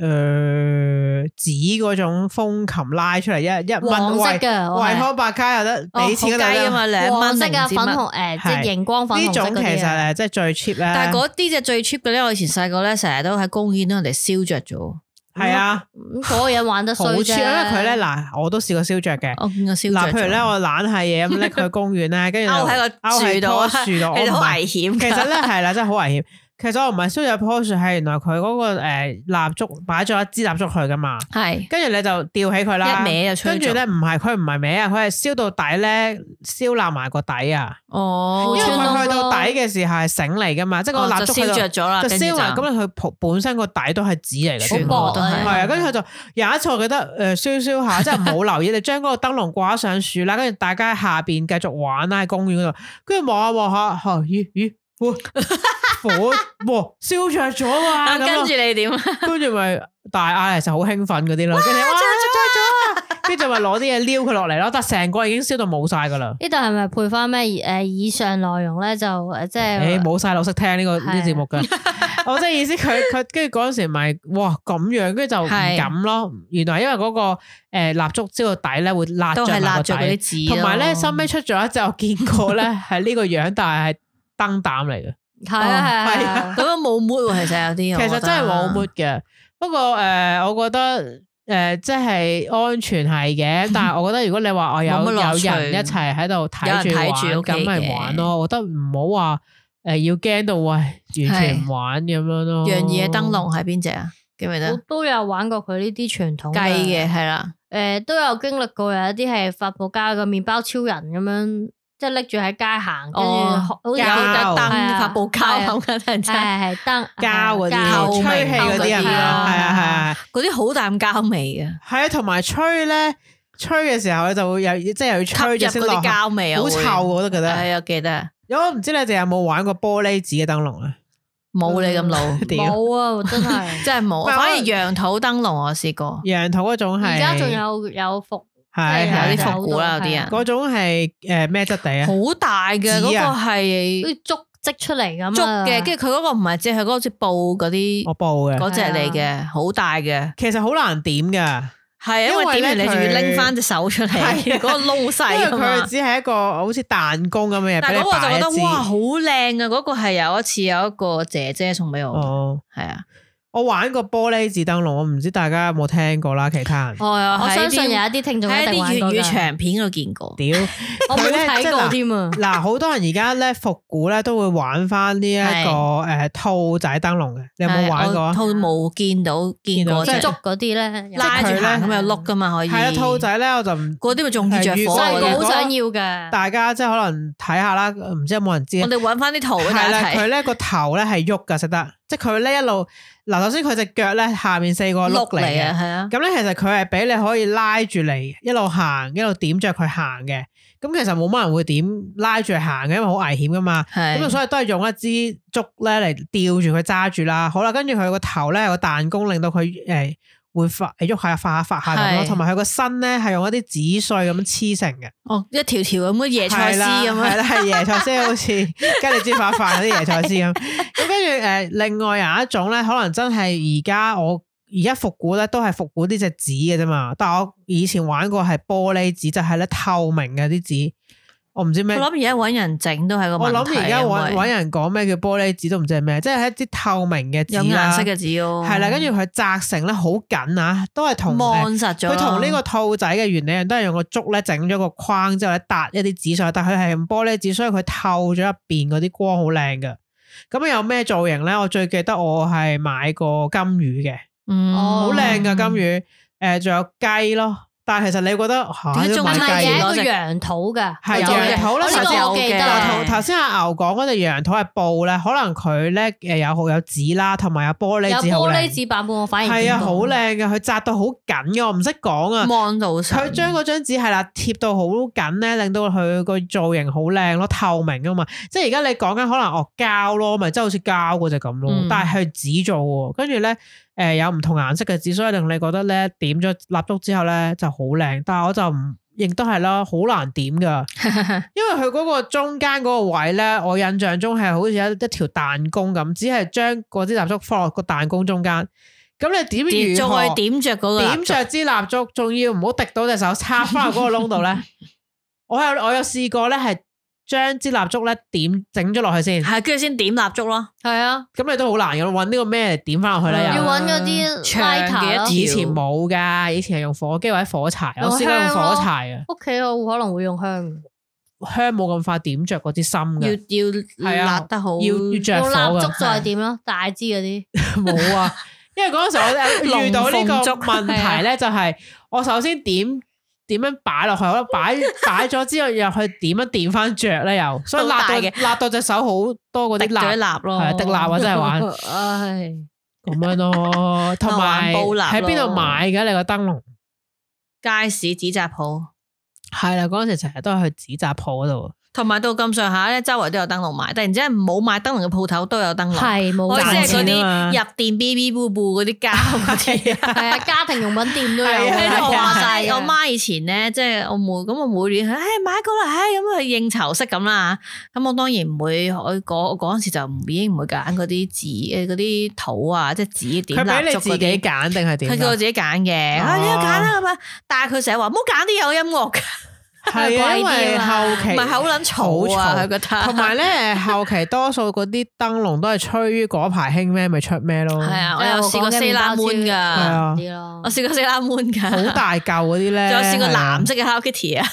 [SPEAKER 3] 誒紙嗰種風琴拉出嚟一一
[SPEAKER 5] 黃
[SPEAKER 3] 蚊，
[SPEAKER 5] 色
[SPEAKER 3] 惠
[SPEAKER 5] 嘅，我
[SPEAKER 3] 惠
[SPEAKER 5] 係
[SPEAKER 3] 康百佳又得，俾錢嗰
[SPEAKER 4] 哦好雞
[SPEAKER 3] 度
[SPEAKER 4] 啊
[SPEAKER 3] 有得
[SPEAKER 4] 嘛，兩
[SPEAKER 5] 黃
[SPEAKER 4] 蚊
[SPEAKER 5] 色
[SPEAKER 4] 定
[SPEAKER 5] 嘅
[SPEAKER 4] 唔知
[SPEAKER 5] 粉
[SPEAKER 4] 乜
[SPEAKER 5] 紅誒，
[SPEAKER 3] 係
[SPEAKER 5] 即係熒光粉
[SPEAKER 3] 呢
[SPEAKER 5] 紅色
[SPEAKER 3] 種
[SPEAKER 5] 嗰
[SPEAKER 3] 其
[SPEAKER 5] 啲啊
[SPEAKER 3] 實誒即係最 cheap 咧。
[SPEAKER 4] 但係嗰啲就最 cheap 嘅咧，我以前細個咧成日都喺公園都人哋燒着咗，
[SPEAKER 3] 係啊，
[SPEAKER 5] 咁嗰個人玩得
[SPEAKER 3] 好啊
[SPEAKER 5] 衰
[SPEAKER 3] cheap，因為
[SPEAKER 5] 啫，
[SPEAKER 3] 佢咧嗱，我都試過燒着嘅。
[SPEAKER 4] 我見過燒
[SPEAKER 3] 嗱，
[SPEAKER 4] 着咗。
[SPEAKER 3] 譬如咧，我懶係嘢咁拎佢去公園咧，跟住就
[SPEAKER 4] <laughs> 勾喺個
[SPEAKER 3] 勾喺
[SPEAKER 4] 樹度
[SPEAKER 3] 棵
[SPEAKER 4] 啊
[SPEAKER 3] 樹
[SPEAKER 4] <laughs>
[SPEAKER 3] 度，我
[SPEAKER 4] 其實
[SPEAKER 3] 唔
[SPEAKER 4] 好
[SPEAKER 3] 係
[SPEAKER 4] 危險㗎。
[SPEAKER 3] 其實咧係啦，真係好危險。其實我唔係燒咗棵樹，係原來佢嗰個誒蠟燭擺咗一支蠟燭去噶嘛，
[SPEAKER 4] 係
[SPEAKER 3] 跟住你就吊起佢啦，
[SPEAKER 4] 一歪就吹
[SPEAKER 3] 跟住
[SPEAKER 4] 咗
[SPEAKER 3] 咧唔係佢唔係歪啊，佢係燒到底咧，燒爛埋個底啊，因
[SPEAKER 4] 哦
[SPEAKER 3] 為
[SPEAKER 5] 穿窿
[SPEAKER 3] 佢去到
[SPEAKER 5] 咯
[SPEAKER 3] 底嘅時候係繩嚟噶嘛，即係個蠟燭
[SPEAKER 4] 就
[SPEAKER 3] 去到
[SPEAKER 4] 燒着咗啦，
[SPEAKER 3] 就
[SPEAKER 4] 啊跟住
[SPEAKER 3] 燒埋，
[SPEAKER 4] 就
[SPEAKER 3] 咁啊佢本本身個底都係紙嚟嘅，
[SPEAKER 4] 全
[SPEAKER 5] 好
[SPEAKER 4] 部
[SPEAKER 5] 薄
[SPEAKER 4] 都
[SPEAKER 5] 啊
[SPEAKER 4] 係。
[SPEAKER 3] 係啊，跟住佢就有一次我記得誒呃燒燒
[SPEAKER 4] <laughs>
[SPEAKER 3] 下，真係冇留意，你將嗰個燈籠掛上樹啦，跟住大家喺下邊繼續玩啊啦，喺公園嗰度，跟住望下望下，嚇咦咦，哇
[SPEAKER 4] <laughs>
[SPEAKER 3] 火哇燒着咗啊！
[SPEAKER 4] 啊
[SPEAKER 3] 咁
[SPEAKER 4] 跟
[SPEAKER 3] 啊
[SPEAKER 4] 住你點啊？
[SPEAKER 3] 跟住咪大嗌，其實啊好興奮嗰啲咯，跟住哇着咗啊！跟住咪攞啲嘢撩佢落嚟咯，但係成個已經燒到冇晒噶啦，
[SPEAKER 5] 呢度係咪配翻咩誒以上內容咧就誒即
[SPEAKER 3] 誒
[SPEAKER 5] 係
[SPEAKER 3] 冇晒老識聽呢個呢啲節目噶，
[SPEAKER 4] <laughs>
[SPEAKER 3] 我即係意思佢佢跟住嗰陣時咪哇咁樣，跟住就唔
[SPEAKER 4] 係
[SPEAKER 3] 敢咯。原來因為嗰個誒蠟燭燒到底咧會辣
[SPEAKER 4] 都係
[SPEAKER 3] 著埋
[SPEAKER 4] 焫
[SPEAKER 3] 個
[SPEAKER 4] 咗嗰啲啊哦
[SPEAKER 3] 底，
[SPEAKER 4] 紙咯，
[SPEAKER 3] 同埋咧收尾出咗一隻我見過咧係呢個樣，但係係燈膽嚟嘅，
[SPEAKER 5] 係啊係
[SPEAKER 3] 係
[SPEAKER 5] 啊
[SPEAKER 3] 啊
[SPEAKER 4] 咁樣冇 mood 喎，其實有啲
[SPEAKER 3] 其實真係冇 mood 嘅。不過誒、我覺得。誒、即係安全係嘅，但係我覺得如果你話我有
[SPEAKER 4] 冇
[SPEAKER 3] 有
[SPEAKER 4] 乜樂趣
[SPEAKER 3] 人一齊喺度睇
[SPEAKER 4] 有
[SPEAKER 3] 住
[SPEAKER 4] 人
[SPEAKER 3] 玩
[SPEAKER 4] 睇住，
[SPEAKER 3] 咁咪
[SPEAKER 4] OK 嘅
[SPEAKER 3] 玩咯。我覺得唔好話誒要驚到喂完全唔玩咁樣咯。
[SPEAKER 4] 楊怡嘅燈籠係邊只啊？記唔記
[SPEAKER 5] 我
[SPEAKER 4] 得？
[SPEAKER 5] 都有玩過佢呢啲傳統
[SPEAKER 4] 雞嘅係啦，
[SPEAKER 5] 誒呃都有經歷過有一啲係發泡膠嘅麵包超人咁樣，即係拎住喺街行，跟住
[SPEAKER 4] 哦
[SPEAKER 5] 好似
[SPEAKER 3] 膠
[SPEAKER 5] 係
[SPEAKER 4] 燈
[SPEAKER 5] 係啊
[SPEAKER 4] 發布膠咁嘅突然之間
[SPEAKER 3] 啊
[SPEAKER 5] 係係燈
[SPEAKER 3] 膠嗰
[SPEAKER 5] 膠
[SPEAKER 3] 啲、吹氣嗰啲人
[SPEAKER 5] 透明
[SPEAKER 3] 係啊係啊
[SPEAKER 4] 嗰啲好淡膠味嘅，
[SPEAKER 3] 係啊，係啊，同埋吹咧，吹嘅時候咧就會有，即係又要
[SPEAKER 4] 吸
[SPEAKER 3] 吹咗先
[SPEAKER 4] 入嗰
[SPEAKER 3] 落
[SPEAKER 4] 啲
[SPEAKER 3] 口，
[SPEAKER 4] 膠味啊，
[SPEAKER 3] 好
[SPEAKER 4] 會
[SPEAKER 3] 臭我都覺得。
[SPEAKER 4] 係啊，記得
[SPEAKER 3] 我唔知你哋有冇玩過玻璃紙嘅燈籠啊？
[SPEAKER 4] 冇你咁老，。
[SPEAKER 3] <laughs> 屌
[SPEAKER 5] 冇啊，真係
[SPEAKER 4] 真係冇。
[SPEAKER 3] 唔係我
[SPEAKER 4] 反而羊肚燈籠我試過，
[SPEAKER 3] 羊肚嗰種係，
[SPEAKER 5] 而家仲有有服
[SPEAKER 3] 係
[SPEAKER 5] 即
[SPEAKER 4] 有
[SPEAKER 5] 係啊
[SPEAKER 4] 啲
[SPEAKER 3] 係
[SPEAKER 5] 有
[SPEAKER 4] 復古啦，有啲人
[SPEAKER 3] 嗰種係誒咩質地啊？
[SPEAKER 4] 啊好大嘅嗰
[SPEAKER 3] 紙啊
[SPEAKER 4] 個係
[SPEAKER 5] 啲竹織出嚟咁啊
[SPEAKER 4] 竹嘅，跟住佢嗰個唔係即係嗰個好似布嗰
[SPEAKER 3] 我
[SPEAKER 4] 啲
[SPEAKER 3] 布嘅，
[SPEAKER 4] 嗰只嚟嘅，
[SPEAKER 3] 啊
[SPEAKER 4] 好大嘅。
[SPEAKER 3] 其實好難點噶，
[SPEAKER 4] 係啊，因
[SPEAKER 3] 因為
[SPEAKER 4] 為點完
[SPEAKER 3] 咧
[SPEAKER 4] 你仲
[SPEAKER 3] 佢
[SPEAKER 4] 要拎翻隻手出嚟，
[SPEAKER 3] 係啊
[SPEAKER 4] 嗰個窿好
[SPEAKER 3] 因為
[SPEAKER 4] 細噶嘛
[SPEAKER 3] 佢。只係一個好似彈弓咁嘅嘢
[SPEAKER 4] 但係
[SPEAKER 3] 俾
[SPEAKER 4] 嗰
[SPEAKER 3] 你
[SPEAKER 4] 個我就
[SPEAKER 3] 擺
[SPEAKER 4] 覺
[SPEAKER 3] 一
[SPEAKER 4] 得哇，
[SPEAKER 3] 支。
[SPEAKER 4] 好靚啊！嗰個係有一次有一個姐姐送俾我，
[SPEAKER 3] 哦，
[SPEAKER 4] 係啊，
[SPEAKER 3] 我玩過玻璃紙燈籠，我唔知大家有冇聽過啦，其他人。
[SPEAKER 4] 我
[SPEAKER 5] 我相信有一啊啲聽眾一
[SPEAKER 4] 喺
[SPEAKER 5] 定
[SPEAKER 4] 啲
[SPEAKER 5] 玩過
[SPEAKER 4] 粵語
[SPEAKER 5] 㗎
[SPEAKER 4] 長片度見過，
[SPEAKER 3] 屌，
[SPEAKER 5] 我冇
[SPEAKER 3] 佢呢即
[SPEAKER 5] 睇
[SPEAKER 3] 係
[SPEAKER 5] 過
[SPEAKER 3] 嗱
[SPEAKER 5] 添啊。
[SPEAKER 3] 嗱，好多人而家咧復古咧都會玩翻呢一個誒兔仔燈籠嘅，你有冇玩過啊？
[SPEAKER 4] 套冇見到見
[SPEAKER 3] 見到
[SPEAKER 4] 過，
[SPEAKER 3] 即
[SPEAKER 4] 即
[SPEAKER 3] 係
[SPEAKER 5] 啲竹
[SPEAKER 4] 係
[SPEAKER 5] 嗰啲咧，
[SPEAKER 4] 拉住
[SPEAKER 3] 即係佢呢
[SPEAKER 4] 行咁有碌噶嘛，可以。
[SPEAKER 3] 係啦，兔仔咧我就唔，
[SPEAKER 4] 嗰啲咪仲易着火
[SPEAKER 5] 細
[SPEAKER 4] 嗰
[SPEAKER 5] 個
[SPEAKER 4] 啲
[SPEAKER 5] 好想要嘅。
[SPEAKER 3] 大家即係可能睇下啦，唔知有冇人知
[SPEAKER 4] 我
[SPEAKER 3] 啊？
[SPEAKER 4] 哋揾翻啲圖俾
[SPEAKER 3] 係
[SPEAKER 4] 大家
[SPEAKER 3] 啦，佢
[SPEAKER 4] 睇。
[SPEAKER 3] 咧個頭咧係喐㗎，識得，即係佢咧一路嗱，首先佢隻腳咧下面四個碌
[SPEAKER 4] 碌
[SPEAKER 3] 嚟
[SPEAKER 4] 嚟啊，
[SPEAKER 3] 嘅，
[SPEAKER 4] 係啊，
[SPEAKER 3] 咁咧其實佢係俾你可以拉住嚟一路行，一路點着佢行嘅。咁其實冇乜人會點拉住行嘅，因為好危險噶嘛。咁啊，
[SPEAKER 4] 係
[SPEAKER 3] 所以都係用一支竹咧嚟吊住佢揸住啦。好啦，跟住佢個頭咧有個彈弓，令到佢誒會發喐下發下發下咁咯。
[SPEAKER 4] 係
[SPEAKER 3] 同埋佢個身咧係用一啲紙碎咁樣黐成嘅，
[SPEAKER 4] 哦，一條條咁嘅椰菜絲咁啊
[SPEAKER 3] 係
[SPEAKER 4] 樣，
[SPEAKER 3] 啦，係椰菜絲好似跟住煎飯飯嗰啲椰菜絲
[SPEAKER 4] <laughs>
[SPEAKER 3] 咁。咁跟住誒，另外有一種咧，可能真係而家我而家復古咧都係復古呢隻紙嘅啫嘛。但係我以前玩過係玻璃紙，就係咧透明嘅啲紙，我唔知
[SPEAKER 4] 我
[SPEAKER 3] 咩。
[SPEAKER 4] 諗而家揾人整都係個
[SPEAKER 3] 我
[SPEAKER 4] 問
[SPEAKER 3] 諗
[SPEAKER 4] 題。啊
[SPEAKER 3] 而家揾
[SPEAKER 4] 因為
[SPEAKER 3] 揾人講咩叫玻璃紙都唔知係咩，即係一啲透明嘅
[SPEAKER 4] 有
[SPEAKER 3] 紙
[SPEAKER 4] 顏
[SPEAKER 3] 啦
[SPEAKER 4] 色，嘅紙咯，
[SPEAKER 3] 係啦，跟住佢扎成咧好緊啊，都係同
[SPEAKER 4] 望實咗。
[SPEAKER 3] 佢同呢個兔仔嘅原理一樣，都係用個竹咧整咗個框之後咧搭一啲紙上去，但佢係用玻璃紙，所以佢透咗入邊嗰啲光好靚嘅。咁有咩造型咧？我最記得我係買過金魚嘅，
[SPEAKER 4] 嗯
[SPEAKER 5] 哦
[SPEAKER 3] 好靚噶金魚。誒、仲有雞咯，但係其實你覺得
[SPEAKER 4] 點
[SPEAKER 3] 嚇
[SPEAKER 4] 解
[SPEAKER 3] 都
[SPEAKER 4] 仲
[SPEAKER 3] 買
[SPEAKER 5] 係
[SPEAKER 4] 唔
[SPEAKER 5] 咪
[SPEAKER 3] 雞嘅
[SPEAKER 4] 係攞隻
[SPEAKER 5] 嘅一個羊肚嘅？
[SPEAKER 3] 係
[SPEAKER 5] 有
[SPEAKER 3] 羊肚啦
[SPEAKER 5] 我呢個我記
[SPEAKER 4] 有嘅
[SPEAKER 3] 嗱，頭
[SPEAKER 5] 得。
[SPEAKER 3] 頭先阿牛講嗰隻羊肚係布咧，可能佢咧誒有好有紙啦，同埋有玻璃
[SPEAKER 5] 有
[SPEAKER 3] 紙好
[SPEAKER 5] 玻璃
[SPEAKER 3] 靚，
[SPEAKER 5] 紙版本，我反而
[SPEAKER 3] 係啊，
[SPEAKER 5] 見過
[SPEAKER 3] 好靚嘅，佢紮到好緊嘅，我唔識講啊。
[SPEAKER 4] 望到實
[SPEAKER 3] 佢將嗰張紙係啦貼到好緊咧，令到佢個造型好靚咯，透明啊嘛。即係而家你講緊可能哦膠咯，咪即係好似膠嗰隻咁咯，
[SPEAKER 4] 嗯
[SPEAKER 3] 但係佢係紙做喎。跟住咧誒有唔同顏色嘅紙，所以令你覺得咧點咗蠟燭之後咧就好靚。但係我就唔亦都係啦，好難點噶，因為佢嗰個中間嗰個位咧，我印象中係好似一一條彈弓咁，只係將嗰支蠟燭放落個彈弓中間。咁你點
[SPEAKER 4] 點
[SPEAKER 3] 如
[SPEAKER 4] 仲
[SPEAKER 3] 何
[SPEAKER 4] 去點着嗰個蠟燭
[SPEAKER 3] 點着支蠟燭，仲要唔好滴到隻手
[SPEAKER 5] <laughs>
[SPEAKER 3] 插翻入嗰個窿度咧？我有我有試過咧，係將支蠟燭咧點整咗落去先，
[SPEAKER 4] 係跟住先點蠟燭咯。
[SPEAKER 5] 系啊，
[SPEAKER 3] 咁你都好難嘅，揾呢個咩嚟點翻落去咧？
[SPEAKER 4] 啊
[SPEAKER 5] 要
[SPEAKER 3] 又
[SPEAKER 5] 揾嗰啲
[SPEAKER 4] 長嘅
[SPEAKER 5] lighter
[SPEAKER 4] 一
[SPEAKER 5] 咯
[SPEAKER 4] 條
[SPEAKER 3] 以前冇噶，以前係用火機或者火柴，我
[SPEAKER 5] 用
[SPEAKER 3] 試過用
[SPEAKER 5] 香咯
[SPEAKER 3] 火柴啊。
[SPEAKER 5] 屋企我可能會用香，
[SPEAKER 3] 香冇咁快點着嗰支心
[SPEAKER 4] 要
[SPEAKER 3] 嘅，係
[SPEAKER 4] 要
[SPEAKER 3] 啊
[SPEAKER 4] 辣得好，
[SPEAKER 3] 要要着
[SPEAKER 5] 用
[SPEAKER 3] 火
[SPEAKER 5] 蠟
[SPEAKER 3] 嘅
[SPEAKER 5] 燭再點咯，大支嗰啲。
[SPEAKER 3] 冇啊！因為嗰陣時我呃遇到呢
[SPEAKER 4] <laughs> 龍鳳啊
[SPEAKER 3] 個
[SPEAKER 4] 粥
[SPEAKER 3] 問題咧，就係我首先點點樣擺落去，我擺 <laughs> 擺咗之後又去點樣點翻着咧，又所以
[SPEAKER 4] 都
[SPEAKER 3] 辣
[SPEAKER 4] 大
[SPEAKER 3] 到
[SPEAKER 4] 嘅
[SPEAKER 3] 辣到隻手好多嗰
[SPEAKER 4] 滴
[SPEAKER 3] 啲
[SPEAKER 4] 咗
[SPEAKER 3] 辣
[SPEAKER 4] 一蠟咯，
[SPEAKER 3] 係啊滴蠟啊真係
[SPEAKER 4] <laughs>
[SPEAKER 3] 玩
[SPEAKER 5] 唉，
[SPEAKER 3] 咁樣咯，同埋
[SPEAKER 4] 哦玩煲蠟
[SPEAKER 3] 喺邊度
[SPEAKER 4] 咯
[SPEAKER 3] 買嘅你個燈籠？
[SPEAKER 4] 街市紙紮鋪，
[SPEAKER 3] 係啦，嗰陣時成日都係去紙紮鋪嗰度，
[SPEAKER 4] 同埋到咁上下咧，周圍都有燈籠賣。突然之間冇賣燈籠嘅鋪頭都有燈籠，
[SPEAKER 5] 係冇
[SPEAKER 4] 我意思係嗰
[SPEAKER 5] 錯
[SPEAKER 3] 賺錢啊嘛
[SPEAKER 4] 啲入店 B B 布布嗰啲膠嗰啲啊。
[SPEAKER 5] 係啊，家庭用品店都有，
[SPEAKER 3] 係啊
[SPEAKER 4] 喺度話晒
[SPEAKER 5] 係啊
[SPEAKER 4] 我媽以前咧，即係我妹咁，我每年唉買一個啦，唉咁啊應酬式咁啦，咁我當然唔會，我嗰我嗰陣時就唔已經唔會揀嗰啲紙誒嗰啲土啊，即係紙點
[SPEAKER 3] 佢俾
[SPEAKER 4] 蠟
[SPEAKER 3] 你
[SPEAKER 4] 燭嗰
[SPEAKER 3] 自己
[SPEAKER 4] 啲。
[SPEAKER 3] 揀定係點
[SPEAKER 4] 佢叫我
[SPEAKER 3] 㗎？
[SPEAKER 4] 自己揀嘅，
[SPEAKER 3] 哦
[SPEAKER 4] 啊你都揀啦咁啊！但係佢成日話唔好揀啲有音樂嘅，
[SPEAKER 3] 係啊因為
[SPEAKER 5] 貴啲啊
[SPEAKER 3] 後
[SPEAKER 5] 嘛
[SPEAKER 3] 期
[SPEAKER 4] 唔係好撚嘈啊！
[SPEAKER 3] 好嘈
[SPEAKER 4] 佢覺得
[SPEAKER 3] 同埋咧，後期多數嗰啲燈籠都係吹於嗰排興咩咪出咩咯，
[SPEAKER 4] <laughs> 係啊，我有試過四拉滿㗎，
[SPEAKER 5] 係
[SPEAKER 3] 啊
[SPEAKER 5] 啲咯
[SPEAKER 4] <laughs> 我。試過四拉滿㗎，
[SPEAKER 3] 好大嚿嗰啲咧，
[SPEAKER 4] <laughs> 仲有試過
[SPEAKER 3] 係啊
[SPEAKER 4] 藍，色嘅 Hello Kitty 啊，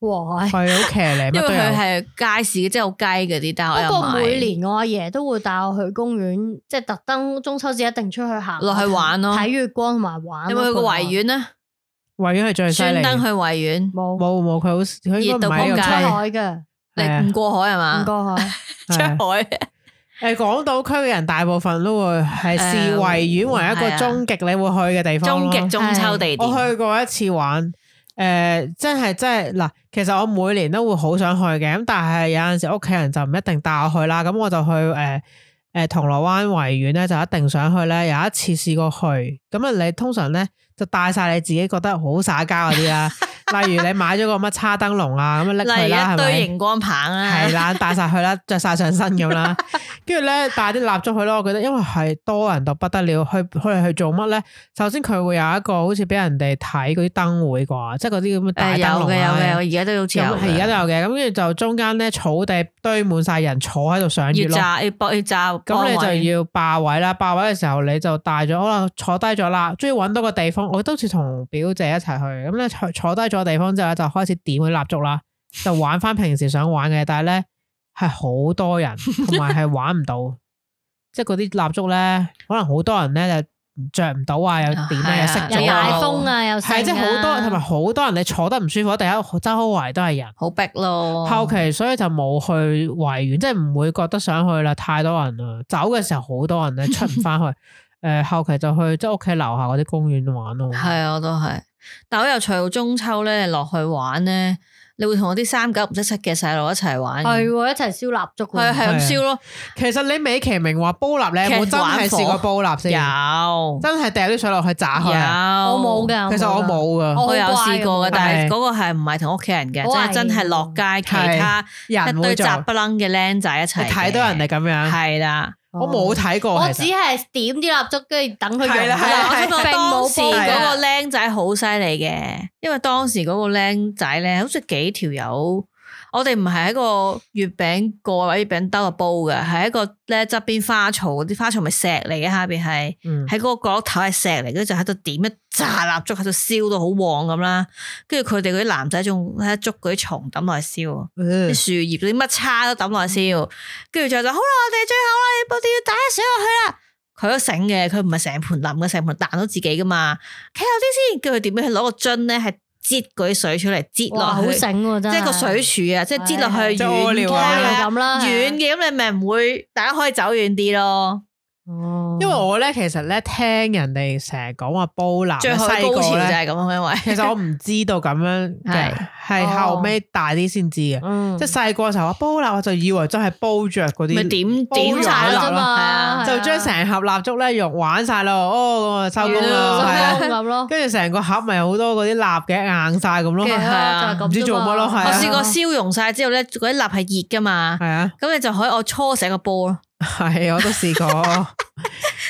[SPEAKER 5] 哇！
[SPEAKER 3] 係啊好騎呢，乜
[SPEAKER 4] 因為
[SPEAKER 3] 都有
[SPEAKER 4] 佢係街市嘅，即係好雞嗰啲，但係我
[SPEAKER 5] 不
[SPEAKER 4] 又
[SPEAKER 5] 過
[SPEAKER 4] 買
[SPEAKER 5] 每年我阿爺都會帶我去公園，即係特登中秋節一定出去行
[SPEAKER 4] 落去玩咯
[SPEAKER 5] 睇月光同埋玩咯。
[SPEAKER 4] 有冇去過維園啊？
[SPEAKER 3] 維園係最犀利嘅，
[SPEAKER 4] 專登去維園，
[SPEAKER 5] 冇
[SPEAKER 3] 冇冇佢好，佢應該唔係呢
[SPEAKER 5] 唔
[SPEAKER 3] 個
[SPEAKER 4] 熱到
[SPEAKER 5] 出
[SPEAKER 3] 區
[SPEAKER 4] 撲
[SPEAKER 5] 海嘅，
[SPEAKER 3] 係啊
[SPEAKER 4] 你唔過海係
[SPEAKER 5] 唔
[SPEAKER 4] 嘛？
[SPEAKER 5] 過海。
[SPEAKER 4] <laughs> 出
[SPEAKER 3] 係啊。
[SPEAKER 4] 海
[SPEAKER 3] 誒港島區嘅人大部分都會係視
[SPEAKER 4] 誒
[SPEAKER 3] 維園為一個
[SPEAKER 4] 係啊
[SPEAKER 3] 終極你會去嘅地方
[SPEAKER 4] 終
[SPEAKER 3] 咯
[SPEAKER 4] 極中秋地點，
[SPEAKER 3] 我去過一次玩，诶、真係真係嗱，其實我每年都會好想去嘅，咁但係有阵时屋企人就唔一定帶我去啦，咁我就去呃诶诶铜锣湾維園咧就一定想去咧，有一次試過去，咁啊你通常咧就帶晒你自己覺得好耍家嗰啲
[SPEAKER 4] <laughs>
[SPEAKER 3] 啦，例如你買咗個乜叉燈籠啊，咁啊拎佢
[SPEAKER 4] 例如
[SPEAKER 3] 啦，
[SPEAKER 4] 一
[SPEAKER 3] 係咪
[SPEAKER 4] 堆？熒光棒啊
[SPEAKER 3] 系，啦，戴晒佢啦，
[SPEAKER 4] <laughs>
[SPEAKER 3] 着晒上身咁啦，跟住咧帶啲蠟燭去咯。我覺得因為係多人到不得了，去佢哋去做乜咧？首先佢會有一個好似俾人哋睇嗰啲燈會啩，即係嗰啲咁嘅大
[SPEAKER 4] 誒
[SPEAKER 3] 燈
[SPEAKER 4] 有
[SPEAKER 3] 籠
[SPEAKER 4] 嘅有嘅，
[SPEAKER 3] 啊。
[SPEAKER 4] 我而家都好似有
[SPEAKER 3] 咁係而家
[SPEAKER 4] 嘅。
[SPEAKER 3] 都有嘅，咁跟住就中間咧草地堆滿晒人坐喺度賞月
[SPEAKER 4] 要
[SPEAKER 3] 咯。
[SPEAKER 4] 炸要搏要炸，
[SPEAKER 3] 咁
[SPEAKER 4] 幫位
[SPEAKER 3] 你就要霸位啦，霸位嘅時候你就帶咗，好啦，坐低咗啦，終於揾到個地方，我都似同表姐一齊去，咁咧坐坐低咗個地方之後咧，就開始點嗰啲蠟燭啦，就玩翻平時想玩嘅， <laughs> 但係咧係好多人，同埋係玩唔到， <laughs> 即係嗰啲蠟燭咧，可能好多人咧就着唔到啊，又點
[SPEAKER 4] 係
[SPEAKER 3] 啊，
[SPEAKER 4] 啊
[SPEAKER 3] 又熄
[SPEAKER 5] 又
[SPEAKER 3] 咗
[SPEAKER 5] 大
[SPEAKER 3] 啊，
[SPEAKER 5] 風啊，又
[SPEAKER 3] 係即係好多，同埋好多人你坐得唔舒服，第一周圍都係人。
[SPEAKER 4] 好逼咯。
[SPEAKER 3] 後期所以就冇去維園，即係唔會覺得想去啦，太多人啦。走嘅時候好多
[SPEAKER 4] <laughs>
[SPEAKER 3] 人咧，出唔翻去。诶、後期就去即係屋企樓下嗰啲公園玩咯。
[SPEAKER 4] 係啊，我都係。但好有趣，中秋咧落去玩咧，你會同我啲三九唔識七嘅細路一齊玩。
[SPEAKER 5] 係喎，一齊燒蠟燭
[SPEAKER 4] 係
[SPEAKER 5] 喎。
[SPEAKER 4] 係
[SPEAKER 3] 啊
[SPEAKER 4] 咁燒咯，
[SPEAKER 3] 其實你美其名話煲蠟咧，有冇
[SPEAKER 4] 劇
[SPEAKER 3] 真係
[SPEAKER 4] 玩火
[SPEAKER 3] 試過煲蠟先，
[SPEAKER 4] 有
[SPEAKER 3] 真係掉啲水落去炸
[SPEAKER 4] 有，
[SPEAKER 3] 佢啊。
[SPEAKER 5] 我冇㗎，
[SPEAKER 3] 其實我冇啊噶，
[SPEAKER 5] 我
[SPEAKER 4] 我有
[SPEAKER 5] 好乖
[SPEAKER 4] 試過
[SPEAKER 5] 㗎
[SPEAKER 4] 嘅，但係
[SPEAKER 3] 係
[SPEAKER 4] 嗰個係唔係同屋企人嘅，
[SPEAKER 5] 好
[SPEAKER 4] 即
[SPEAKER 5] 危
[SPEAKER 4] 係
[SPEAKER 5] 險
[SPEAKER 4] 真係落街其他啊一
[SPEAKER 3] 人
[SPEAKER 4] 堆
[SPEAKER 3] 會做，
[SPEAKER 4] 雜不
[SPEAKER 3] 你
[SPEAKER 4] 楞嘅僆仔一齊嘅。
[SPEAKER 3] 睇到人哋咁樣，
[SPEAKER 4] 係啦，
[SPEAKER 3] 我冇睇過。
[SPEAKER 5] 哦我
[SPEAKER 3] 其
[SPEAKER 5] 只
[SPEAKER 3] 實
[SPEAKER 5] 係點啲蠟燭，跟住等佢融
[SPEAKER 3] 係啦係啦
[SPEAKER 5] 啦。
[SPEAKER 4] 我
[SPEAKER 5] 我並
[SPEAKER 4] 當
[SPEAKER 5] 冇
[SPEAKER 4] 時
[SPEAKER 5] 煲
[SPEAKER 3] 係
[SPEAKER 4] 嗰
[SPEAKER 5] 㗎
[SPEAKER 4] 個僆仔好犀利嘅，因為當時嗰個僆仔咧，好似幾條友。我哋唔係喺個月餅個或者月餅兜度煲嘅，係一個咧側邊花槽，啲花槽咪石嚟嘅，下邊係
[SPEAKER 3] 嗯
[SPEAKER 4] 喺嗰個角落頭係石嚟，跟住就喺度點一炸蠟燭，喺度燒到好旺咁啦。跟住佢哋嗰啲男仔仲喺度捉嗰啲蟲抌落去燒，
[SPEAKER 3] 嗯
[SPEAKER 4] 啲樹葉嗰啲乜叉都抌落去燒。跟住就就好啦，我哋最後啦，你部電要打一水落去啦。佢都醒嘅，佢唔係成盤冧嘅，成盤彈到自己噶嘛。企後啲先，叫佢點樣去攞個樽咧，係擠嗰啲水出嚟，擠
[SPEAKER 5] 哇，
[SPEAKER 4] 落
[SPEAKER 5] 好
[SPEAKER 4] 去，
[SPEAKER 5] 醒喎，
[SPEAKER 4] 即
[SPEAKER 5] 真係
[SPEAKER 4] 係個水柱啊，即係擠落
[SPEAKER 5] 係
[SPEAKER 4] 去
[SPEAKER 3] 即係屙
[SPEAKER 4] 遠
[SPEAKER 3] 尿
[SPEAKER 4] 嘅
[SPEAKER 5] 好
[SPEAKER 3] 啊
[SPEAKER 5] 似
[SPEAKER 4] 啦，
[SPEAKER 5] 咁啦，
[SPEAKER 4] 遠嘅咁你咪唔會，大家可以走遠啲咯。
[SPEAKER 5] 哦
[SPEAKER 3] 因為我咧其實咧聽人哋成日講話煲蠟，
[SPEAKER 4] 最後嘅
[SPEAKER 3] 啊細
[SPEAKER 4] 高
[SPEAKER 3] 個
[SPEAKER 4] 潮就
[SPEAKER 3] 咧
[SPEAKER 4] 係咁樣，因為
[SPEAKER 3] 其實我唔知道咁樣嘅
[SPEAKER 4] 係哦
[SPEAKER 3] 係後尾大啲先知嘅。
[SPEAKER 4] 嗯
[SPEAKER 3] 即係細個時候話煲蠟，我就以為真係煲着嗰
[SPEAKER 4] 咪
[SPEAKER 3] 啲，
[SPEAKER 4] 點
[SPEAKER 3] 煲咗
[SPEAKER 4] 點晒
[SPEAKER 3] 啦啊
[SPEAKER 5] 啫嘛，
[SPEAKER 3] 就將成盒蠟燭咧用玩晒咯。哦，咁啊收工啦，係啊。
[SPEAKER 5] 咁咯，
[SPEAKER 3] 跟住成個盒咪好多嗰啲蠟嘅硬晒咁咯，
[SPEAKER 5] 係
[SPEAKER 3] 係
[SPEAKER 5] 啊，就係咁啫嘛
[SPEAKER 3] 唔知做乜咯係啊
[SPEAKER 4] 我試過燒溶晒之後咧，嗰啲蠟係熱噶嘛，
[SPEAKER 3] 啊，
[SPEAKER 4] 咁你就可以我搓成個波咯。
[SPEAKER 3] <laughs> 係我都試過。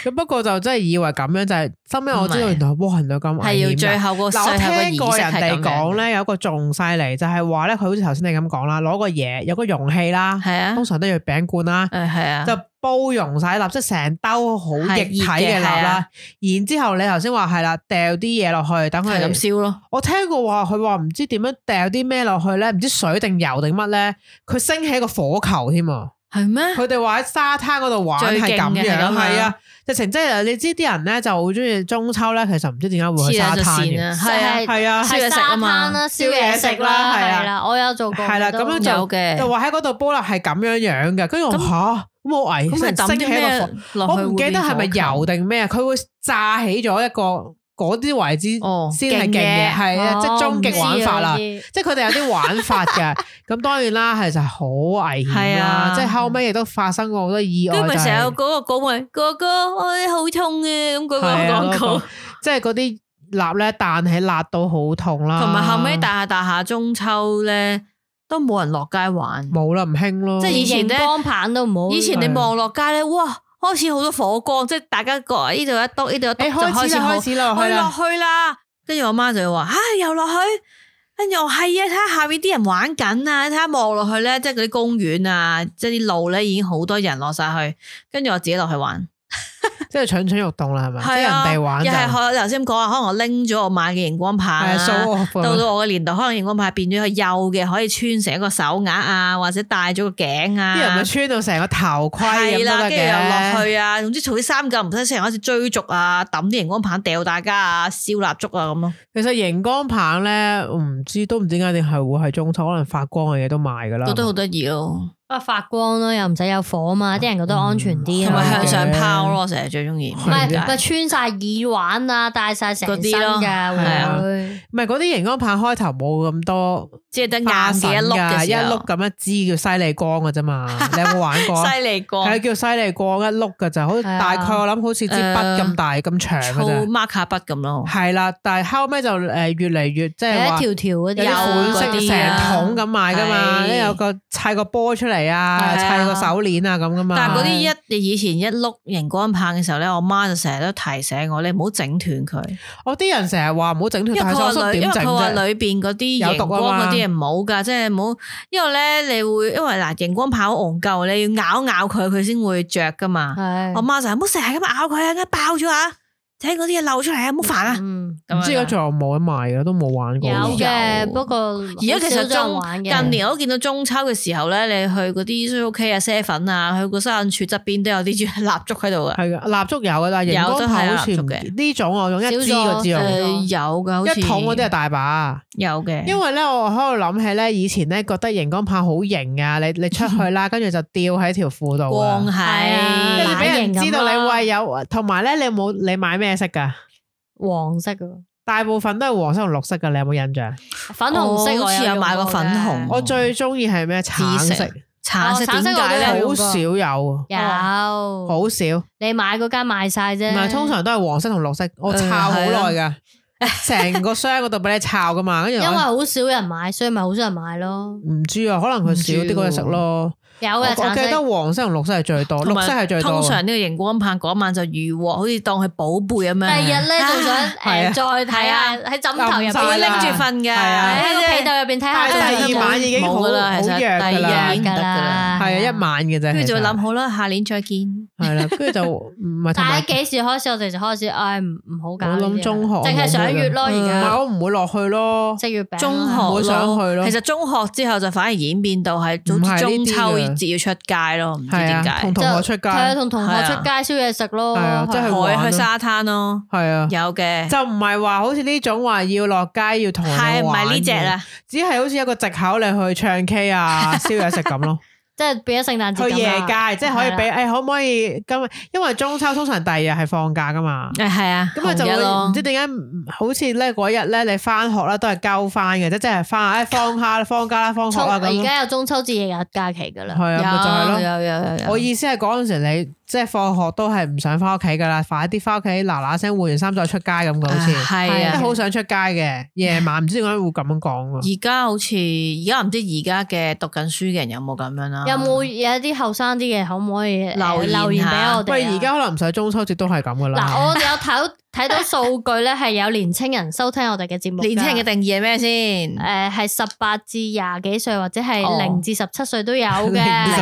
[SPEAKER 3] 咁不過就真係以為咁樣就係，收尾我知道
[SPEAKER 4] 唔係
[SPEAKER 3] 原來哇原來咁危
[SPEAKER 4] 係要
[SPEAKER 3] 險㗎啊
[SPEAKER 4] 最後個最
[SPEAKER 3] 嗱，我
[SPEAKER 4] 後個
[SPEAKER 3] 聽
[SPEAKER 4] 儀
[SPEAKER 3] 過
[SPEAKER 4] 式
[SPEAKER 3] 人
[SPEAKER 4] 係咁
[SPEAKER 3] 哋
[SPEAKER 4] 樣
[SPEAKER 3] 講，咧，有個仲犀利，就係話咧，佢好似頭先你咁講啦，攞個嘢，有個容器啦，
[SPEAKER 4] 係啊
[SPEAKER 3] 通，常都要餅罐啦，
[SPEAKER 4] 誒係啊，
[SPEAKER 3] 就煲溶晒蠟，即係成兜好液體
[SPEAKER 4] 係熱
[SPEAKER 3] 嘅蠟
[SPEAKER 4] 嘅係
[SPEAKER 3] 啦
[SPEAKER 4] 啊。
[SPEAKER 3] 然之後你頭先話係啦，掉啲嘢落去，等佢
[SPEAKER 4] 係咁燒咯。
[SPEAKER 3] 我聽過話佢話唔知點樣掉啲咩落去咧，唔知水定油定乜咧，佢升起個火球
[SPEAKER 4] <laughs>
[SPEAKER 3] 添啊！
[SPEAKER 4] 係咩？
[SPEAKER 3] 佢哋話喺沙灘嗰度玩
[SPEAKER 4] 最
[SPEAKER 3] 係
[SPEAKER 4] 勁
[SPEAKER 3] 咁
[SPEAKER 4] 嘅係
[SPEAKER 3] 樣，
[SPEAKER 4] 咁
[SPEAKER 3] 係
[SPEAKER 4] 樣
[SPEAKER 3] 啊，直情即係你知啲人咧就好中意中秋咧，其實唔知點解會去
[SPEAKER 4] 黐
[SPEAKER 3] 沙
[SPEAKER 4] 咗
[SPEAKER 3] 灘
[SPEAKER 4] 線
[SPEAKER 3] 嘅，
[SPEAKER 4] 啊，係啊，
[SPEAKER 3] 係啊，
[SPEAKER 5] 係
[SPEAKER 4] 燒嘢食
[SPEAKER 5] 沙
[SPEAKER 4] 啊
[SPEAKER 5] 灘
[SPEAKER 4] 嘛
[SPEAKER 5] 啦，燒
[SPEAKER 3] 燒
[SPEAKER 5] 嘢
[SPEAKER 3] 嘢
[SPEAKER 5] 食
[SPEAKER 3] 食啦
[SPEAKER 5] 啦，
[SPEAKER 3] 係啊
[SPEAKER 5] 係啦，我有做過，
[SPEAKER 3] 係啦
[SPEAKER 5] 我都
[SPEAKER 3] 咁樣
[SPEAKER 4] 有嘅。
[SPEAKER 3] 就話喺嗰度煲啦，係咁樣樣嘅，跟住我
[SPEAKER 4] 咁
[SPEAKER 3] 吓咁好危
[SPEAKER 4] 咁係
[SPEAKER 3] 險，
[SPEAKER 4] 抌
[SPEAKER 3] 升
[SPEAKER 4] 啲
[SPEAKER 3] 起一個
[SPEAKER 4] 咩
[SPEAKER 3] 火，
[SPEAKER 4] 落去
[SPEAKER 3] 我唔記得係咪油定咩，佢會炸起咗一個嗰啲位置
[SPEAKER 4] 哦
[SPEAKER 3] 先係勁嘅，
[SPEAKER 4] 勁嘅
[SPEAKER 3] 係啊，即係終極玩法啦
[SPEAKER 5] 哦我唔。知
[SPEAKER 3] 即係佢哋有啲玩法 <laughs> 嘅，咁當然啦，係就係好危險
[SPEAKER 4] 係
[SPEAKER 3] 啦。
[SPEAKER 4] 啊
[SPEAKER 3] 即係後尾亦都發生過好多意外，
[SPEAKER 4] 跟住咪
[SPEAKER 3] 就
[SPEAKER 4] 成日
[SPEAKER 3] 係
[SPEAKER 4] 有嗰個講喂哥哥，我哋好痛嘅咁嗰個
[SPEAKER 3] 係啊
[SPEAKER 4] 廣告
[SPEAKER 3] 嗰個，即係嗰啲蠟咧彈起辣到好痛啦，
[SPEAKER 4] 同埋後尾大下大下中秋咧都冇人落街玩。
[SPEAKER 3] 冇啦，唔興咯。
[SPEAKER 4] 即係以前
[SPEAKER 5] 連
[SPEAKER 4] 呢
[SPEAKER 5] 光棒都唔好，
[SPEAKER 4] 以
[SPEAKER 3] 啊
[SPEAKER 4] 前你望落街咧，哇，開始好多火光，即係大家個呢度一篤，呢度
[SPEAKER 3] 誒
[SPEAKER 4] 一篤就開始好
[SPEAKER 3] 開始啦，
[SPEAKER 4] 我
[SPEAKER 3] 開始
[SPEAKER 4] 落
[SPEAKER 3] 啦，
[SPEAKER 4] 去啦。跟住我媽就會話：，唉、又落去。跟住我係啊，睇下下面啲人玩緊啊，你睇下望落去咧，即係嗰啲公園啊，即係啲路咧已經好多人落晒去。跟住我自己落去玩，
[SPEAKER 3] 即係蠢蠢欲動啦，係咪？即係
[SPEAKER 4] 係啊，
[SPEAKER 3] 人哋玩就
[SPEAKER 4] 又係我頭先講啊，可能我拎咗我買嘅熒光棒
[SPEAKER 3] 係
[SPEAKER 4] 啊
[SPEAKER 3] show off 咁
[SPEAKER 4] 到
[SPEAKER 3] 樣
[SPEAKER 4] 到我嘅年代，可能熒光棒變咗佢幼嘅，可以穿成一個手鐲啊，或者戴咗個頸啊。
[SPEAKER 3] 啲人咪穿到成個頭盔
[SPEAKER 4] 係
[SPEAKER 3] 咁
[SPEAKER 4] 啦，
[SPEAKER 3] 都得
[SPEAKER 4] 跟住又落
[SPEAKER 3] 嘅。
[SPEAKER 4] 去啊，總之嘈啲衫架唔使成日開始追逐啊，抌啲熒光棒掉大家啊，燒蠟燭啊咁咯。
[SPEAKER 3] 其實熒光棒咧，唔知都唔知點解定係會係中秋，可能發光嘅嘢都賣噶啦。
[SPEAKER 4] 覺得好得意咯，
[SPEAKER 5] 啊發光咯，又唔使有火嘛，啲人覺得安全
[SPEAKER 3] 嗯
[SPEAKER 5] 啲啊
[SPEAKER 4] 同
[SPEAKER 5] 嘛，
[SPEAKER 4] 埋
[SPEAKER 3] 係
[SPEAKER 4] 向
[SPEAKER 3] 嘅
[SPEAKER 4] 上拋咯，成日最中意。
[SPEAKER 5] 唔係
[SPEAKER 3] 係
[SPEAKER 5] 唔
[SPEAKER 3] 嘅
[SPEAKER 5] 係穿晒耳環啊，戴晒成身
[SPEAKER 4] 啊嗰啲咯
[SPEAKER 5] 㗎
[SPEAKER 4] 係啊
[SPEAKER 5] 會。
[SPEAKER 3] 唔係嗰啲熒光棒開頭冇咁多
[SPEAKER 4] 即係得硬
[SPEAKER 3] 花神
[SPEAKER 4] 嘅一碌
[SPEAKER 3] 㗎
[SPEAKER 4] 嘅
[SPEAKER 3] 一
[SPEAKER 4] 時候
[SPEAKER 3] 碌咁一支叫犀利光嘅啫嘛。
[SPEAKER 4] <laughs>
[SPEAKER 3] 你有冇玩過啊？
[SPEAKER 4] 犀利過，
[SPEAKER 3] 係叫犀利光一碌嘅咋，好似
[SPEAKER 5] 係啊
[SPEAKER 3] 大概我諗好似支筆咁大咁長嘅
[SPEAKER 4] 粗
[SPEAKER 3] 啫。
[SPEAKER 4] mark 下筆咁咯。
[SPEAKER 3] 係啦，但係後尾就誒越嚟越即
[SPEAKER 5] 有
[SPEAKER 3] 係話
[SPEAKER 5] 一條條嗰
[SPEAKER 3] 有
[SPEAKER 5] 啲
[SPEAKER 3] 啲
[SPEAKER 4] 有
[SPEAKER 3] 款
[SPEAKER 4] 嗰
[SPEAKER 3] 式
[SPEAKER 4] 啲
[SPEAKER 3] 成
[SPEAKER 4] 啊
[SPEAKER 3] 桶咁賣噶嘛，
[SPEAKER 4] 係
[SPEAKER 3] 咧有個砌個波出嚟啊，
[SPEAKER 4] 係啊
[SPEAKER 3] 砌個手鏈啊咁噶嘛。
[SPEAKER 4] 但係嗰啲一以前一碌熒光棒嘅時候咧，我媽就成日都提醒我，你唔好整斷佢，
[SPEAKER 3] 我啲人成日話唔好整
[SPEAKER 4] 因為
[SPEAKER 3] 條大
[SPEAKER 4] 佢
[SPEAKER 3] 手
[SPEAKER 4] 話
[SPEAKER 3] 術
[SPEAKER 4] 裏，因
[SPEAKER 3] 點
[SPEAKER 4] 為
[SPEAKER 3] 整
[SPEAKER 4] 佢話
[SPEAKER 3] 啫？
[SPEAKER 4] 裏邊嗰啲
[SPEAKER 3] 有
[SPEAKER 4] 熒
[SPEAKER 3] 毒啊嘛
[SPEAKER 4] 光嗰啲嘢唔好噶，即係唔好，因為咧你會因為嗱熒光棒好戇鳩，你要咬咬佢，佢先會着噶嘛。我
[SPEAKER 5] 係
[SPEAKER 4] 媽就係唔好成日咁咬佢啊，一爆咗啊，睇嗰啲嘢漏出嚟啊，唔好煩啊。
[SPEAKER 5] 嗯
[SPEAKER 3] 唔知而家
[SPEAKER 4] 咁樣啊
[SPEAKER 3] 仲有冇得賣嘅，都冇玩過
[SPEAKER 5] 有
[SPEAKER 3] 喎。
[SPEAKER 4] 有
[SPEAKER 5] 嘅，不過
[SPEAKER 4] 而家
[SPEAKER 5] 而
[SPEAKER 4] 其實中
[SPEAKER 5] 玩嘅
[SPEAKER 4] 近年我都見到中秋嘅時候咧，你去嗰啲 s u k 啊、啡粉啊，去個收銀處側邊都有啲蠟燭喺度嘅。
[SPEAKER 3] 係嘅，啊蠟燭有嘅，但係熒
[SPEAKER 4] 有
[SPEAKER 3] 光
[SPEAKER 4] 都係
[SPEAKER 3] 棒好似
[SPEAKER 4] 蠟燭
[SPEAKER 3] 唔
[SPEAKER 4] 嘅
[SPEAKER 3] 呢種我用一支
[SPEAKER 5] 少咗
[SPEAKER 3] 嗰支用，
[SPEAKER 5] 誒
[SPEAKER 4] 誒有噶，好似
[SPEAKER 3] 啊一桶嗰啲啊係大把。
[SPEAKER 4] 有嘅，
[SPEAKER 3] 因為咧，我喺度諗起咧，以前咧覺得熒光棒好型啊，你你出去啦，跟住就吊喺條褲度啊
[SPEAKER 4] 光，
[SPEAKER 5] 係啊
[SPEAKER 3] 跟
[SPEAKER 4] 係
[SPEAKER 3] 住俾人知道
[SPEAKER 5] 懶型咁
[SPEAKER 3] 你
[SPEAKER 5] 啦
[SPEAKER 3] 喂有，同埋咧你冇你買咩色噶？
[SPEAKER 5] 黃色嘅，
[SPEAKER 3] 大部分都係黃色同綠色噶，你有冇印象？
[SPEAKER 5] 粉紅色啊
[SPEAKER 4] 我
[SPEAKER 5] 我
[SPEAKER 4] 好似有
[SPEAKER 5] 有
[SPEAKER 4] 買過
[SPEAKER 5] 用
[SPEAKER 4] 粉紅
[SPEAKER 5] 嘅
[SPEAKER 3] 我最中意係咩？橙色，
[SPEAKER 4] 紫橙
[SPEAKER 5] 哦
[SPEAKER 4] 色
[SPEAKER 5] 橙
[SPEAKER 4] 點
[SPEAKER 5] 色我都
[SPEAKER 4] 解
[SPEAKER 5] 有
[SPEAKER 4] 咧？
[SPEAKER 3] 好少有啊，
[SPEAKER 5] 有
[SPEAKER 3] 好少，唔
[SPEAKER 5] 你買嗰間賣晒啫，
[SPEAKER 3] 係通常都係黃色同綠色，我
[SPEAKER 4] 嗯
[SPEAKER 3] 抄好耐
[SPEAKER 4] 啊
[SPEAKER 3] 噶， <laughs> 成個箱嗰度俾你抄噶嘛，跟住
[SPEAKER 5] 因為
[SPEAKER 3] 我
[SPEAKER 5] 好少人買，所以咪好少人買咯。
[SPEAKER 3] 唔知啊，可能佢少啲嗰隻色咯。
[SPEAKER 5] 有
[SPEAKER 3] 我我
[SPEAKER 5] 嘅橙
[SPEAKER 3] 記得
[SPEAKER 5] 色，
[SPEAKER 3] 黃色同綠色係最多，
[SPEAKER 4] 同
[SPEAKER 3] 哦綠
[SPEAKER 4] 埋
[SPEAKER 3] 色係最多
[SPEAKER 4] 通
[SPEAKER 3] 嘅。
[SPEAKER 4] 常呢個熒光棒嗰晚就如獲，好似當佢寶貝咁樣。
[SPEAKER 5] 第二日咧仲想
[SPEAKER 3] 係啊
[SPEAKER 5] 誒再睇下
[SPEAKER 4] 係
[SPEAKER 5] 喺枕頭入
[SPEAKER 3] 暗晒
[SPEAKER 5] 邊
[SPEAKER 4] 會拎
[SPEAKER 3] 啦
[SPEAKER 4] 住瞓嘅，哎
[SPEAKER 3] 係啊
[SPEAKER 5] 喺個被竇入邊睇下
[SPEAKER 3] 但係
[SPEAKER 5] 仲
[SPEAKER 3] 第二
[SPEAKER 5] 有冇
[SPEAKER 3] 晚已經好
[SPEAKER 4] 啊冇㗎啦其實
[SPEAKER 3] 好弱㗎
[SPEAKER 4] 第二
[SPEAKER 3] 啦
[SPEAKER 4] 晚已經唔得㗎啦
[SPEAKER 3] 係啊，一晚嘅啫。
[SPEAKER 4] 跟住就會諗
[SPEAKER 3] 其實
[SPEAKER 4] 好啦，下年再見。
[SPEAKER 3] 係
[SPEAKER 4] <laughs>
[SPEAKER 3] 啦，跟住就唔啊係同
[SPEAKER 5] 但
[SPEAKER 3] 埋
[SPEAKER 5] 係幾時開始我哋就開始，唉，唔唔好搞呢啲啦。
[SPEAKER 3] 我
[SPEAKER 4] 啊
[SPEAKER 3] 諗中學
[SPEAKER 5] 淨係上月咯，
[SPEAKER 3] 唔
[SPEAKER 5] 而
[SPEAKER 3] 係
[SPEAKER 5] 家
[SPEAKER 3] 我嗯唔會落去咯。
[SPEAKER 5] 食月餅啦。啊
[SPEAKER 4] 中學
[SPEAKER 3] 唔
[SPEAKER 4] 咯
[SPEAKER 3] 會想去咯
[SPEAKER 4] 其實中學之後就反而演變到係
[SPEAKER 3] 唔係
[SPEAKER 4] 好
[SPEAKER 3] 呢
[SPEAKER 4] 似
[SPEAKER 3] 啲
[SPEAKER 4] 中秋
[SPEAKER 3] 嘅
[SPEAKER 4] 節要出街咯，唔知
[SPEAKER 3] 係
[SPEAKER 4] 點
[SPEAKER 3] 啊，
[SPEAKER 4] 解
[SPEAKER 3] 同。同學出街
[SPEAKER 5] 係啊，同同學
[SPEAKER 4] 係
[SPEAKER 5] 出
[SPEAKER 4] 啊
[SPEAKER 5] 街燒嘢食咯，
[SPEAKER 3] 係啊真係
[SPEAKER 5] 係啊
[SPEAKER 3] 玩咯
[SPEAKER 4] 海去沙灘咯，
[SPEAKER 3] 係啊，
[SPEAKER 4] 有嘅，
[SPEAKER 3] 就唔係話好似呢種話要落街要同人
[SPEAKER 4] 係
[SPEAKER 3] 哋
[SPEAKER 4] 唔
[SPEAKER 3] 玩
[SPEAKER 4] 係呢只啊
[SPEAKER 3] 嘅，
[SPEAKER 4] 啦？
[SPEAKER 5] <laughs>
[SPEAKER 3] 只係好似一個藉口你去唱 K 啊啊、燒嘢食咁咯。
[SPEAKER 5] 即系变咗圣诞节
[SPEAKER 3] 去夜
[SPEAKER 5] 咁啦
[SPEAKER 3] 街，即係可以俾
[SPEAKER 5] 係啊
[SPEAKER 3] 誒、可唔可以今日？因為中秋通常第二日係放假噶嘛，
[SPEAKER 4] 诶系啊，
[SPEAKER 3] 咁佢就
[SPEAKER 4] 紅日
[SPEAKER 3] 會
[SPEAKER 4] 咯
[SPEAKER 3] 唔知點解好似咧嗰日咧你翻學啦，都係鳩翻嘅，即係即係翻誒放
[SPEAKER 5] <laughs>
[SPEAKER 3] 下啦放假啦，放學
[SPEAKER 5] 中
[SPEAKER 3] 啦咁
[SPEAKER 5] 而
[SPEAKER 3] 咯。
[SPEAKER 5] 家有中秋节日假期噶啦，
[SPEAKER 3] 係啊，咪就係咯。
[SPEAKER 4] 有有有有，
[SPEAKER 3] 我意思係嗰陣時你即係放學都係唔想翻屋企噶啦，快啲翻屋企嗱嗱聲換完衫再出街咁嘅好似，即
[SPEAKER 4] 系
[SPEAKER 5] 係
[SPEAKER 3] 係
[SPEAKER 4] 啊。
[SPEAKER 3] 好想出街嘅。夜晚唔知點解會咁樣講喎。
[SPEAKER 4] 而家好似而家唔知而家嘅讀緊書嘅人有冇咁樣啦？
[SPEAKER 5] 有冇有啲後生啲嘅可唔可以
[SPEAKER 4] 留
[SPEAKER 5] 留
[SPEAKER 4] 言
[SPEAKER 5] 留言俾
[SPEAKER 4] 下
[SPEAKER 5] 我哋啊？
[SPEAKER 3] 喂，而家可能唔使中秋節都係咁噶啦。
[SPEAKER 5] 嗱，我哋有睇睇到數據咧，係有年青人收聽我哋嘅節目㗎。
[SPEAKER 4] 年輕人嘅定義係咩先？
[SPEAKER 5] 誒係十八至廿幾歲，或者
[SPEAKER 4] 哦
[SPEAKER 5] 係零至十七歲都有嘅。
[SPEAKER 3] <laughs> 零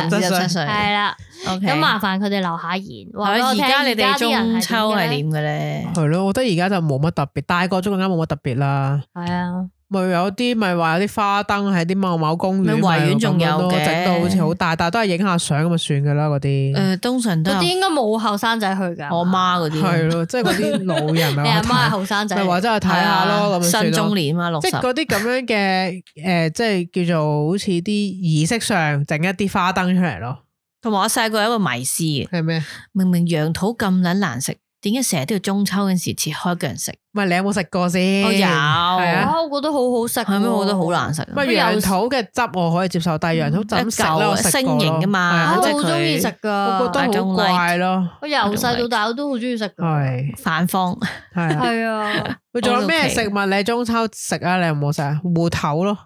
[SPEAKER 3] 至
[SPEAKER 5] 係
[SPEAKER 3] 17歲
[SPEAKER 4] 歲
[SPEAKER 5] 啦，
[SPEAKER 4] ，OK。
[SPEAKER 5] 咁麻煩佢哋留下言，話俾
[SPEAKER 4] 係
[SPEAKER 5] 我
[SPEAKER 4] 而
[SPEAKER 5] 聽
[SPEAKER 4] 家你哋
[SPEAKER 5] 啲人
[SPEAKER 4] 中
[SPEAKER 5] 係
[SPEAKER 4] 秋係
[SPEAKER 5] 係
[SPEAKER 4] 點？嘅咧？
[SPEAKER 3] 係咯，我覺得而家就冇乜特別，大個咗更加冇乜特別啦。
[SPEAKER 5] 係啊，
[SPEAKER 3] 咪有啲咪話有啲花燈喺啲某某公園，
[SPEAKER 4] 咪維園
[SPEAKER 3] 咪咁樣
[SPEAKER 4] 仲有
[SPEAKER 3] 咯
[SPEAKER 4] 嘅
[SPEAKER 3] 整到好似好大，但係都係影下相咁就算噶啦嗰啲。
[SPEAKER 4] 誒，通常都
[SPEAKER 5] 嗰啲
[SPEAKER 4] 係
[SPEAKER 5] 應該冇後生仔去㗎。
[SPEAKER 4] 我媽嗰
[SPEAKER 3] 係
[SPEAKER 4] 啲，
[SPEAKER 3] 咯，即係嗰啲老
[SPEAKER 4] <laughs>
[SPEAKER 3] 人咪
[SPEAKER 5] 你
[SPEAKER 3] 話
[SPEAKER 5] 阿媽係
[SPEAKER 3] 睇
[SPEAKER 5] 後生仔
[SPEAKER 3] 咪，話真係睇下咯，咁樣
[SPEAKER 4] 係啊
[SPEAKER 3] 算
[SPEAKER 4] 新
[SPEAKER 3] 咯
[SPEAKER 4] 中年啊，六
[SPEAKER 3] 即
[SPEAKER 4] 十
[SPEAKER 3] 係。嗰啲咁樣嘅誒，即係叫做好似啲儀式上整一啲花燈出嚟咯，
[SPEAKER 4] 同埋我細個有一個迷思嘅，
[SPEAKER 3] 係咩？
[SPEAKER 4] 明明羊肚咁撚難食，點解成日都要中秋嗰陣時切開叫人食？
[SPEAKER 3] 唔係你有冇食過先？
[SPEAKER 4] 我哦
[SPEAKER 3] 係
[SPEAKER 4] 有，
[SPEAKER 3] 啊
[SPEAKER 5] 啊，我覺得好好食喎。
[SPEAKER 4] 係咩？我覺得好難食啊。
[SPEAKER 3] 咪羊肚嘅汁我可以接受，但係羊肚就咁食
[SPEAKER 4] 嗯一嚿啊
[SPEAKER 3] 咧，我食過
[SPEAKER 4] 星形㗎嘛
[SPEAKER 3] 係
[SPEAKER 5] 啊，
[SPEAKER 3] 啊
[SPEAKER 5] 我
[SPEAKER 4] 即係
[SPEAKER 5] 好中意食
[SPEAKER 3] 我
[SPEAKER 5] 㗎。
[SPEAKER 3] 覺得好怪咯，
[SPEAKER 5] 我由細到大我都好中意食㗎。
[SPEAKER 3] 係
[SPEAKER 4] 反方
[SPEAKER 3] 係
[SPEAKER 4] <laughs>
[SPEAKER 3] 啊。
[SPEAKER 5] 係啊，
[SPEAKER 3] 佢仲有咩
[SPEAKER 4] OK
[SPEAKER 3] 食物你中秋食啊？你有冇食啊？芋頭咯，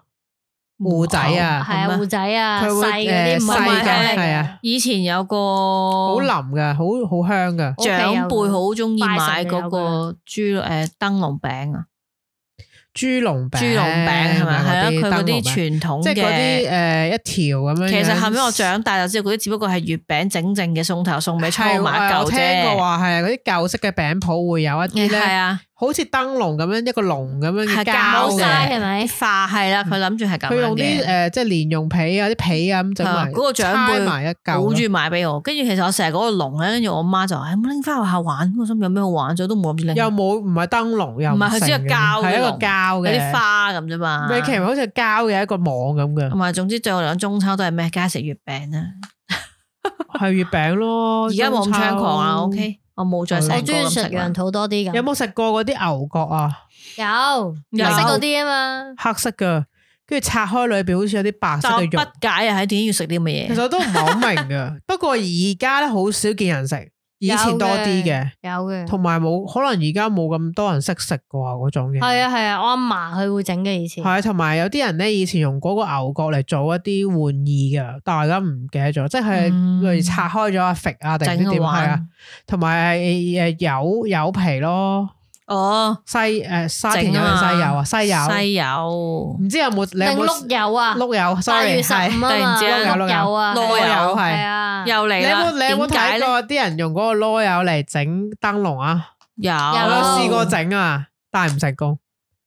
[SPEAKER 3] 芋仔啊，
[SPEAKER 5] 係啊，
[SPEAKER 4] 咁啊
[SPEAKER 5] 胡仔啊，
[SPEAKER 3] 佢會
[SPEAKER 5] 細嗰
[SPEAKER 3] 誒
[SPEAKER 5] 啲唔
[SPEAKER 4] 細
[SPEAKER 5] 係
[SPEAKER 4] 嘅
[SPEAKER 3] 係啊
[SPEAKER 4] 以前有個哦
[SPEAKER 3] 好腍噶，好好香噶。
[SPEAKER 5] 屋企有
[SPEAKER 4] 長輩好中意買嗰
[SPEAKER 5] 拜
[SPEAKER 4] 個豬誒燈籠餅啊，
[SPEAKER 3] 豬籠餅，啊
[SPEAKER 4] 豬籠餅係咪？係
[SPEAKER 3] 咪
[SPEAKER 4] 啊，
[SPEAKER 3] 嗰啲燈
[SPEAKER 4] 佢嗰
[SPEAKER 3] 籠餅
[SPEAKER 4] 啲傳統
[SPEAKER 3] 即係嗰啲
[SPEAKER 4] 嘅。
[SPEAKER 3] 誒一條咁樣樣。
[SPEAKER 4] 其實後尾我長大就知道，嗰啲只不過係月餅整正嘅送頭送尾搓
[SPEAKER 3] 係
[SPEAKER 4] 埋一
[SPEAKER 3] 我
[SPEAKER 4] 嚿
[SPEAKER 3] 聽過
[SPEAKER 4] 啫。
[SPEAKER 3] 話係嗰啲舊式嘅餅鋪會有一啲
[SPEAKER 4] <laughs> 係
[SPEAKER 3] 咧，
[SPEAKER 4] 啊，
[SPEAKER 3] 好似燈籠咁樣一個籠咁樣嘅
[SPEAKER 4] 係
[SPEAKER 3] 膠
[SPEAKER 5] 冇
[SPEAKER 4] 膠
[SPEAKER 5] 晒
[SPEAKER 3] 嘅，
[SPEAKER 5] 係咪？
[SPEAKER 4] 化係啦，佢諗住係咁
[SPEAKER 3] 佢用
[SPEAKER 4] 樣
[SPEAKER 3] 啲
[SPEAKER 4] 嘅。
[SPEAKER 3] 誒即係連用皮啊啲皮啊咁整
[SPEAKER 4] 啊
[SPEAKER 3] 埋，
[SPEAKER 4] 嗰個長
[SPEAKER 3] 猜
[SPEAKER 4] 輩
[SPEAKER 3] 埋一
[SPEAKER 4] 好
[SPEAKER 3] 嚿
[SPEAKER 4] 中
[SPEAKER 3] 咯。
[SPEAKER 4] 意買俾我，跟住其實我成日嗰個籠咧，跟住我媽就話：，唔拎翻學校玩，我心有咩好玩咗，都冇諗住拎。
[SPEAKER 3] 又冇唔係燈籠，又
[SPEAKER 4] 唔係佢
[SPEAKER 3] 成
[SPEAKER 4] 只係
[SPEAKER 3] 嘅
[SPEAKER 4] 膠嘅
[SPEAKER 3] 係一個
[SPEAKER 4] 籠
[SPEAKER 3] 膠
[SPEAKER 4] 有
[SPEAKER 3] 嘅
[SPEAKER 4] 啲花啊咁啫嘛。
[SPEAKER 3] 咪其實好似膠嘅一個網咁嘅
[SPEAKER 4] 同，埋總之對我嚟講，中秋都係咩？梗係食月餅啦。
[SPEAKER 3] 係月餅咯。
[SPEAKER 4] 而家冇咁猖狂啊
[SPEAKER 3] 哦中秋
[SPEAKER 4] ，OK，我冇再食。啊
[SPEAKER 5] 我中意食羊。肚多啲咁。
[SPEAKER 3] 啊有冇食過嗰啲牛角啊？
[SPEAKER 5] 有
[SPEAKER 4] 有
[SPEAKER 5] 白色嗰啲啊嘛？
[SPEAKER 3] 黑色嘅，跟住拆開裏邊好似有啲白色
[SPEAKER 4] 但我
[SPEAKER 3] 嘅
[SPEAKER 4] 不
[SPEAKER 3] 肉。
[SPEAKER 4] 解啊，喺點解要食啲咁嘅
[SPEAKER 3] 其
[SPEAKER 4] 嘢？
[SPEAKER 3] 實我都唔係好明
[SPEAKER 4] <laughs>
[SPEAKER 3] 嘅，不過而家咧好少見人食，以前多啲嘅，
[SPEAKER 5] 有嘅，
[SPEAKER 3] 同埋冇可能而家冇咁多人識食啩嗰種嘢。
[SPEAKER 5] 係啊係啊，我阿嫲佢會整嘅以前。
[SPEAKER 3] 係，同啊埋有啲人咧，以前用嗰個牛角嚟做一啲玩意嘅，但係而家唔記得咗，即係
[SPEAKER 4] 嗯
[SPEAKER 3] 類似拆開咗啊、揈啊，定唔
[SPEAKER 4] 整
[SPEAKER 3] 知
[SPEAKER 4] 個
[SPEAKER 3] 點係啊
[SPEAKER 4] 玩，
[SPEAKER 3] 同埋係誒有有皮咯，
[SPEAKER 4] 哦，
[SPEAKER 3] 西誒沙田
[SPEAKER 4] 整
[SPEAKER 3] 有
[SPEAKER 4] 啊
[SPEAKER 3] 人西柚啊，
[SPEAKER 4] 嘛
[SPEAKER 3] 西柚，
[SPEAKER 4] 西柚
[SPEAKER 3] 唔知有冇你
[SPEAKER 5] 定
[SPEAKER 3] 有
[SPEAKER 5] 碌
[SPEAKER 3] 冇
[SPEAKER 5] 柚啊，
[SPEAKER 3] 碌柚
[SPEAKER 5] 八
[SPEAKER 3] ？sorry，
[SPEAKER 5] 月十五啊
[SPEAKER 3] 係
[SPEAKER 4] 突然
[SPEAKER 5] 嘛，
[SPEAKER 4] 之間
[SPEAKER 5] 碌柚啊，
[SPEAKER 4] 碌柚
[SPEAKER 5] 係啊
[SPEAKER 3] 係
[SPEAKER 5] 係啊，
[SPEAKER 4] 又
[SPEAKER 3] 嗯你
[SPEAKER 4] 嚟
[SPEAKER 3] 有
[SPEAKER 4] 啦。
[SPEAKER 3] 冇你有冇
[SPEAKER 4] 點解
[SPEAKER 3] 睇
[SPEAKER 4] 咧？
[SPEAKER 3] 過啲人用嗰個籮柚嚟整燈籠啊？
[SPEAKER 4] 有，
[SPEAKER 3] 我
[SPEAKER 5] 有
[SPEAKER 3] 有
[SPEAKER 5] 咯
[SPEAKER 3] 試過整啊，但係唔成功，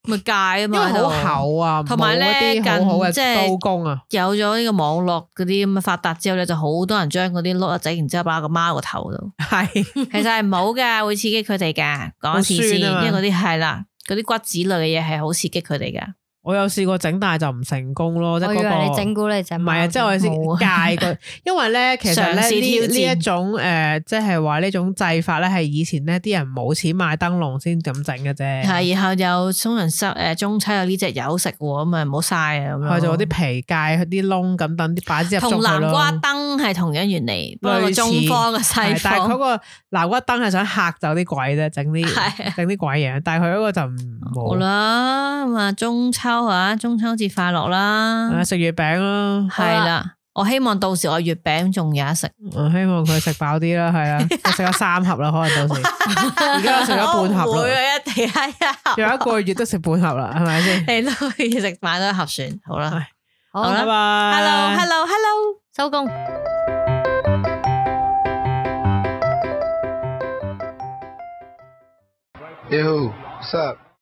[SPEAKER 4] 咪戒啊
[SPEAKER 3] 因為
[SPEAKER 4] 嘛，
[SPEAKER 3] 好厚啊，
[SPEAKER 4] 同埋呢
[SPEAKER 3] 冇一啲好好
[SPEAKER 4] 近即
[SPEAKER 3] 嘅
[SPEAKER 4] 係
[SPEAKER 3] 刀工啊，
[SPEAKER 4] 有咗呢個網絡嗰啲咁嘅發達之後咧，就好多人將嗰啲碌啊仔，然之後擺個貓個頭
[SPEAKER 3] <laughs>
[SPEAKER 4] 度。
[SPEAKER 3] 係
[SPEAKER 4] 其實 <laughs> 係唔好㗎，會刺激佢哋㗎。講一次先，
[SPEAKER 3] 好酸啊嘛
[SPEAKER 4] 因為嗰啲係啦，嗰啲骨子類嘅嘢係好刺激佢哋㗎。
[SPEAKER 3] 我有試過整，但係就唔成功咯，即係
[SPEAKER 5] 我以
[SPEAKER 3] 嗰
[SPEAKER 5] 為
[SPEAKER 3] 個
[SPEAKER 5] 你整蠱你隻
[SPEAKER 3] 唔
[SPEAKER 5] 貓
[SPEAKER 3] 係啊，即係我先
[SPEAKER 4] 冇啊
[SPEAKER 3] 戒
[SPEAKER 4] <laughs>
[SPEAKER 3] 佢，因為咧其實
[SPEAKER 4] 嘗試
[SPEAKER 3] 咧呢
[SPEAKER 4] 挑戰
[SPEAKER 3] 呢一種誒，即係話呢種製法咧係以前呢啲人冇錢買燈籠先咁整嘅啫，
[SPEAKER 4] 係，然後又通常收誒中秋有呢只有食喎，咁啊唔好嘥啊咁樣。
[SPEAKER 3] 佢就嗰啲皮戒啲窿咁等啲擺支入
[SPEAKER 4] 同
[SPEAKER 3] 竹佢
[SPEAKER 4] 南瓜
[SPEAKER 3] 咯。
[SPEAKER 4] 燈係同樣原理，不過
[SPEAKER 3] 類似
[SPEAKER 4] 中方嘅
[SPEAKER 3] 係
[SPEAKER 4] 西
[SPEAKER 3] 但係佢嗰
[SPEAKER 4] <laughs> 方
[SPEAKER 3] 個南瓜燈係想嚇走啲鬼啫，整啲
[SPEAKER 4] 係啊
[SPEAKER 3] 整啲鬼嘢，但係佢嗰個就唔
[SPEAKER 4] 好
[SPEAKER 3] 冇
[SPEAKER 4] 啦，咁啊中秋啊，中秋節快樂啦
[SPEAKER 3] 啊，，食月餅啦，
[SPEAKER 4] 係啦，我希望到時我月餅仲有得食，
[SPEAKER 3] 我啊希望佢食飽啲啦，
[SPEAKER 4] <laughs>
[SPEAKER 3] 係啊，我食咗三盒啦，可能到時而家我食咗半
[SPEAKER 4] 我唔
[SPEAKER 3] 盒
[SPEAKER 4] 會
[SPEAKER 3] 啦，
[SPEAKER 4] 啊，一定係
[SPEAKER 3] <laughs> 仲有
[SPEAKER 4] 啊，
[SPEAKER 3] 一個月都食半盒啦，係咪先？
[SPEAKER 4] 你都可以食買多一盒算，好啦
[SPEAKER 5] 好
[SPEAKER 4] 好啦
[SPEAKER 3] 拜拜
[SPEAKER 4] ，hello，hello，hello。
[SPEAKER 5] 收工。
[SPEAKER 2] Hey, who? What's up?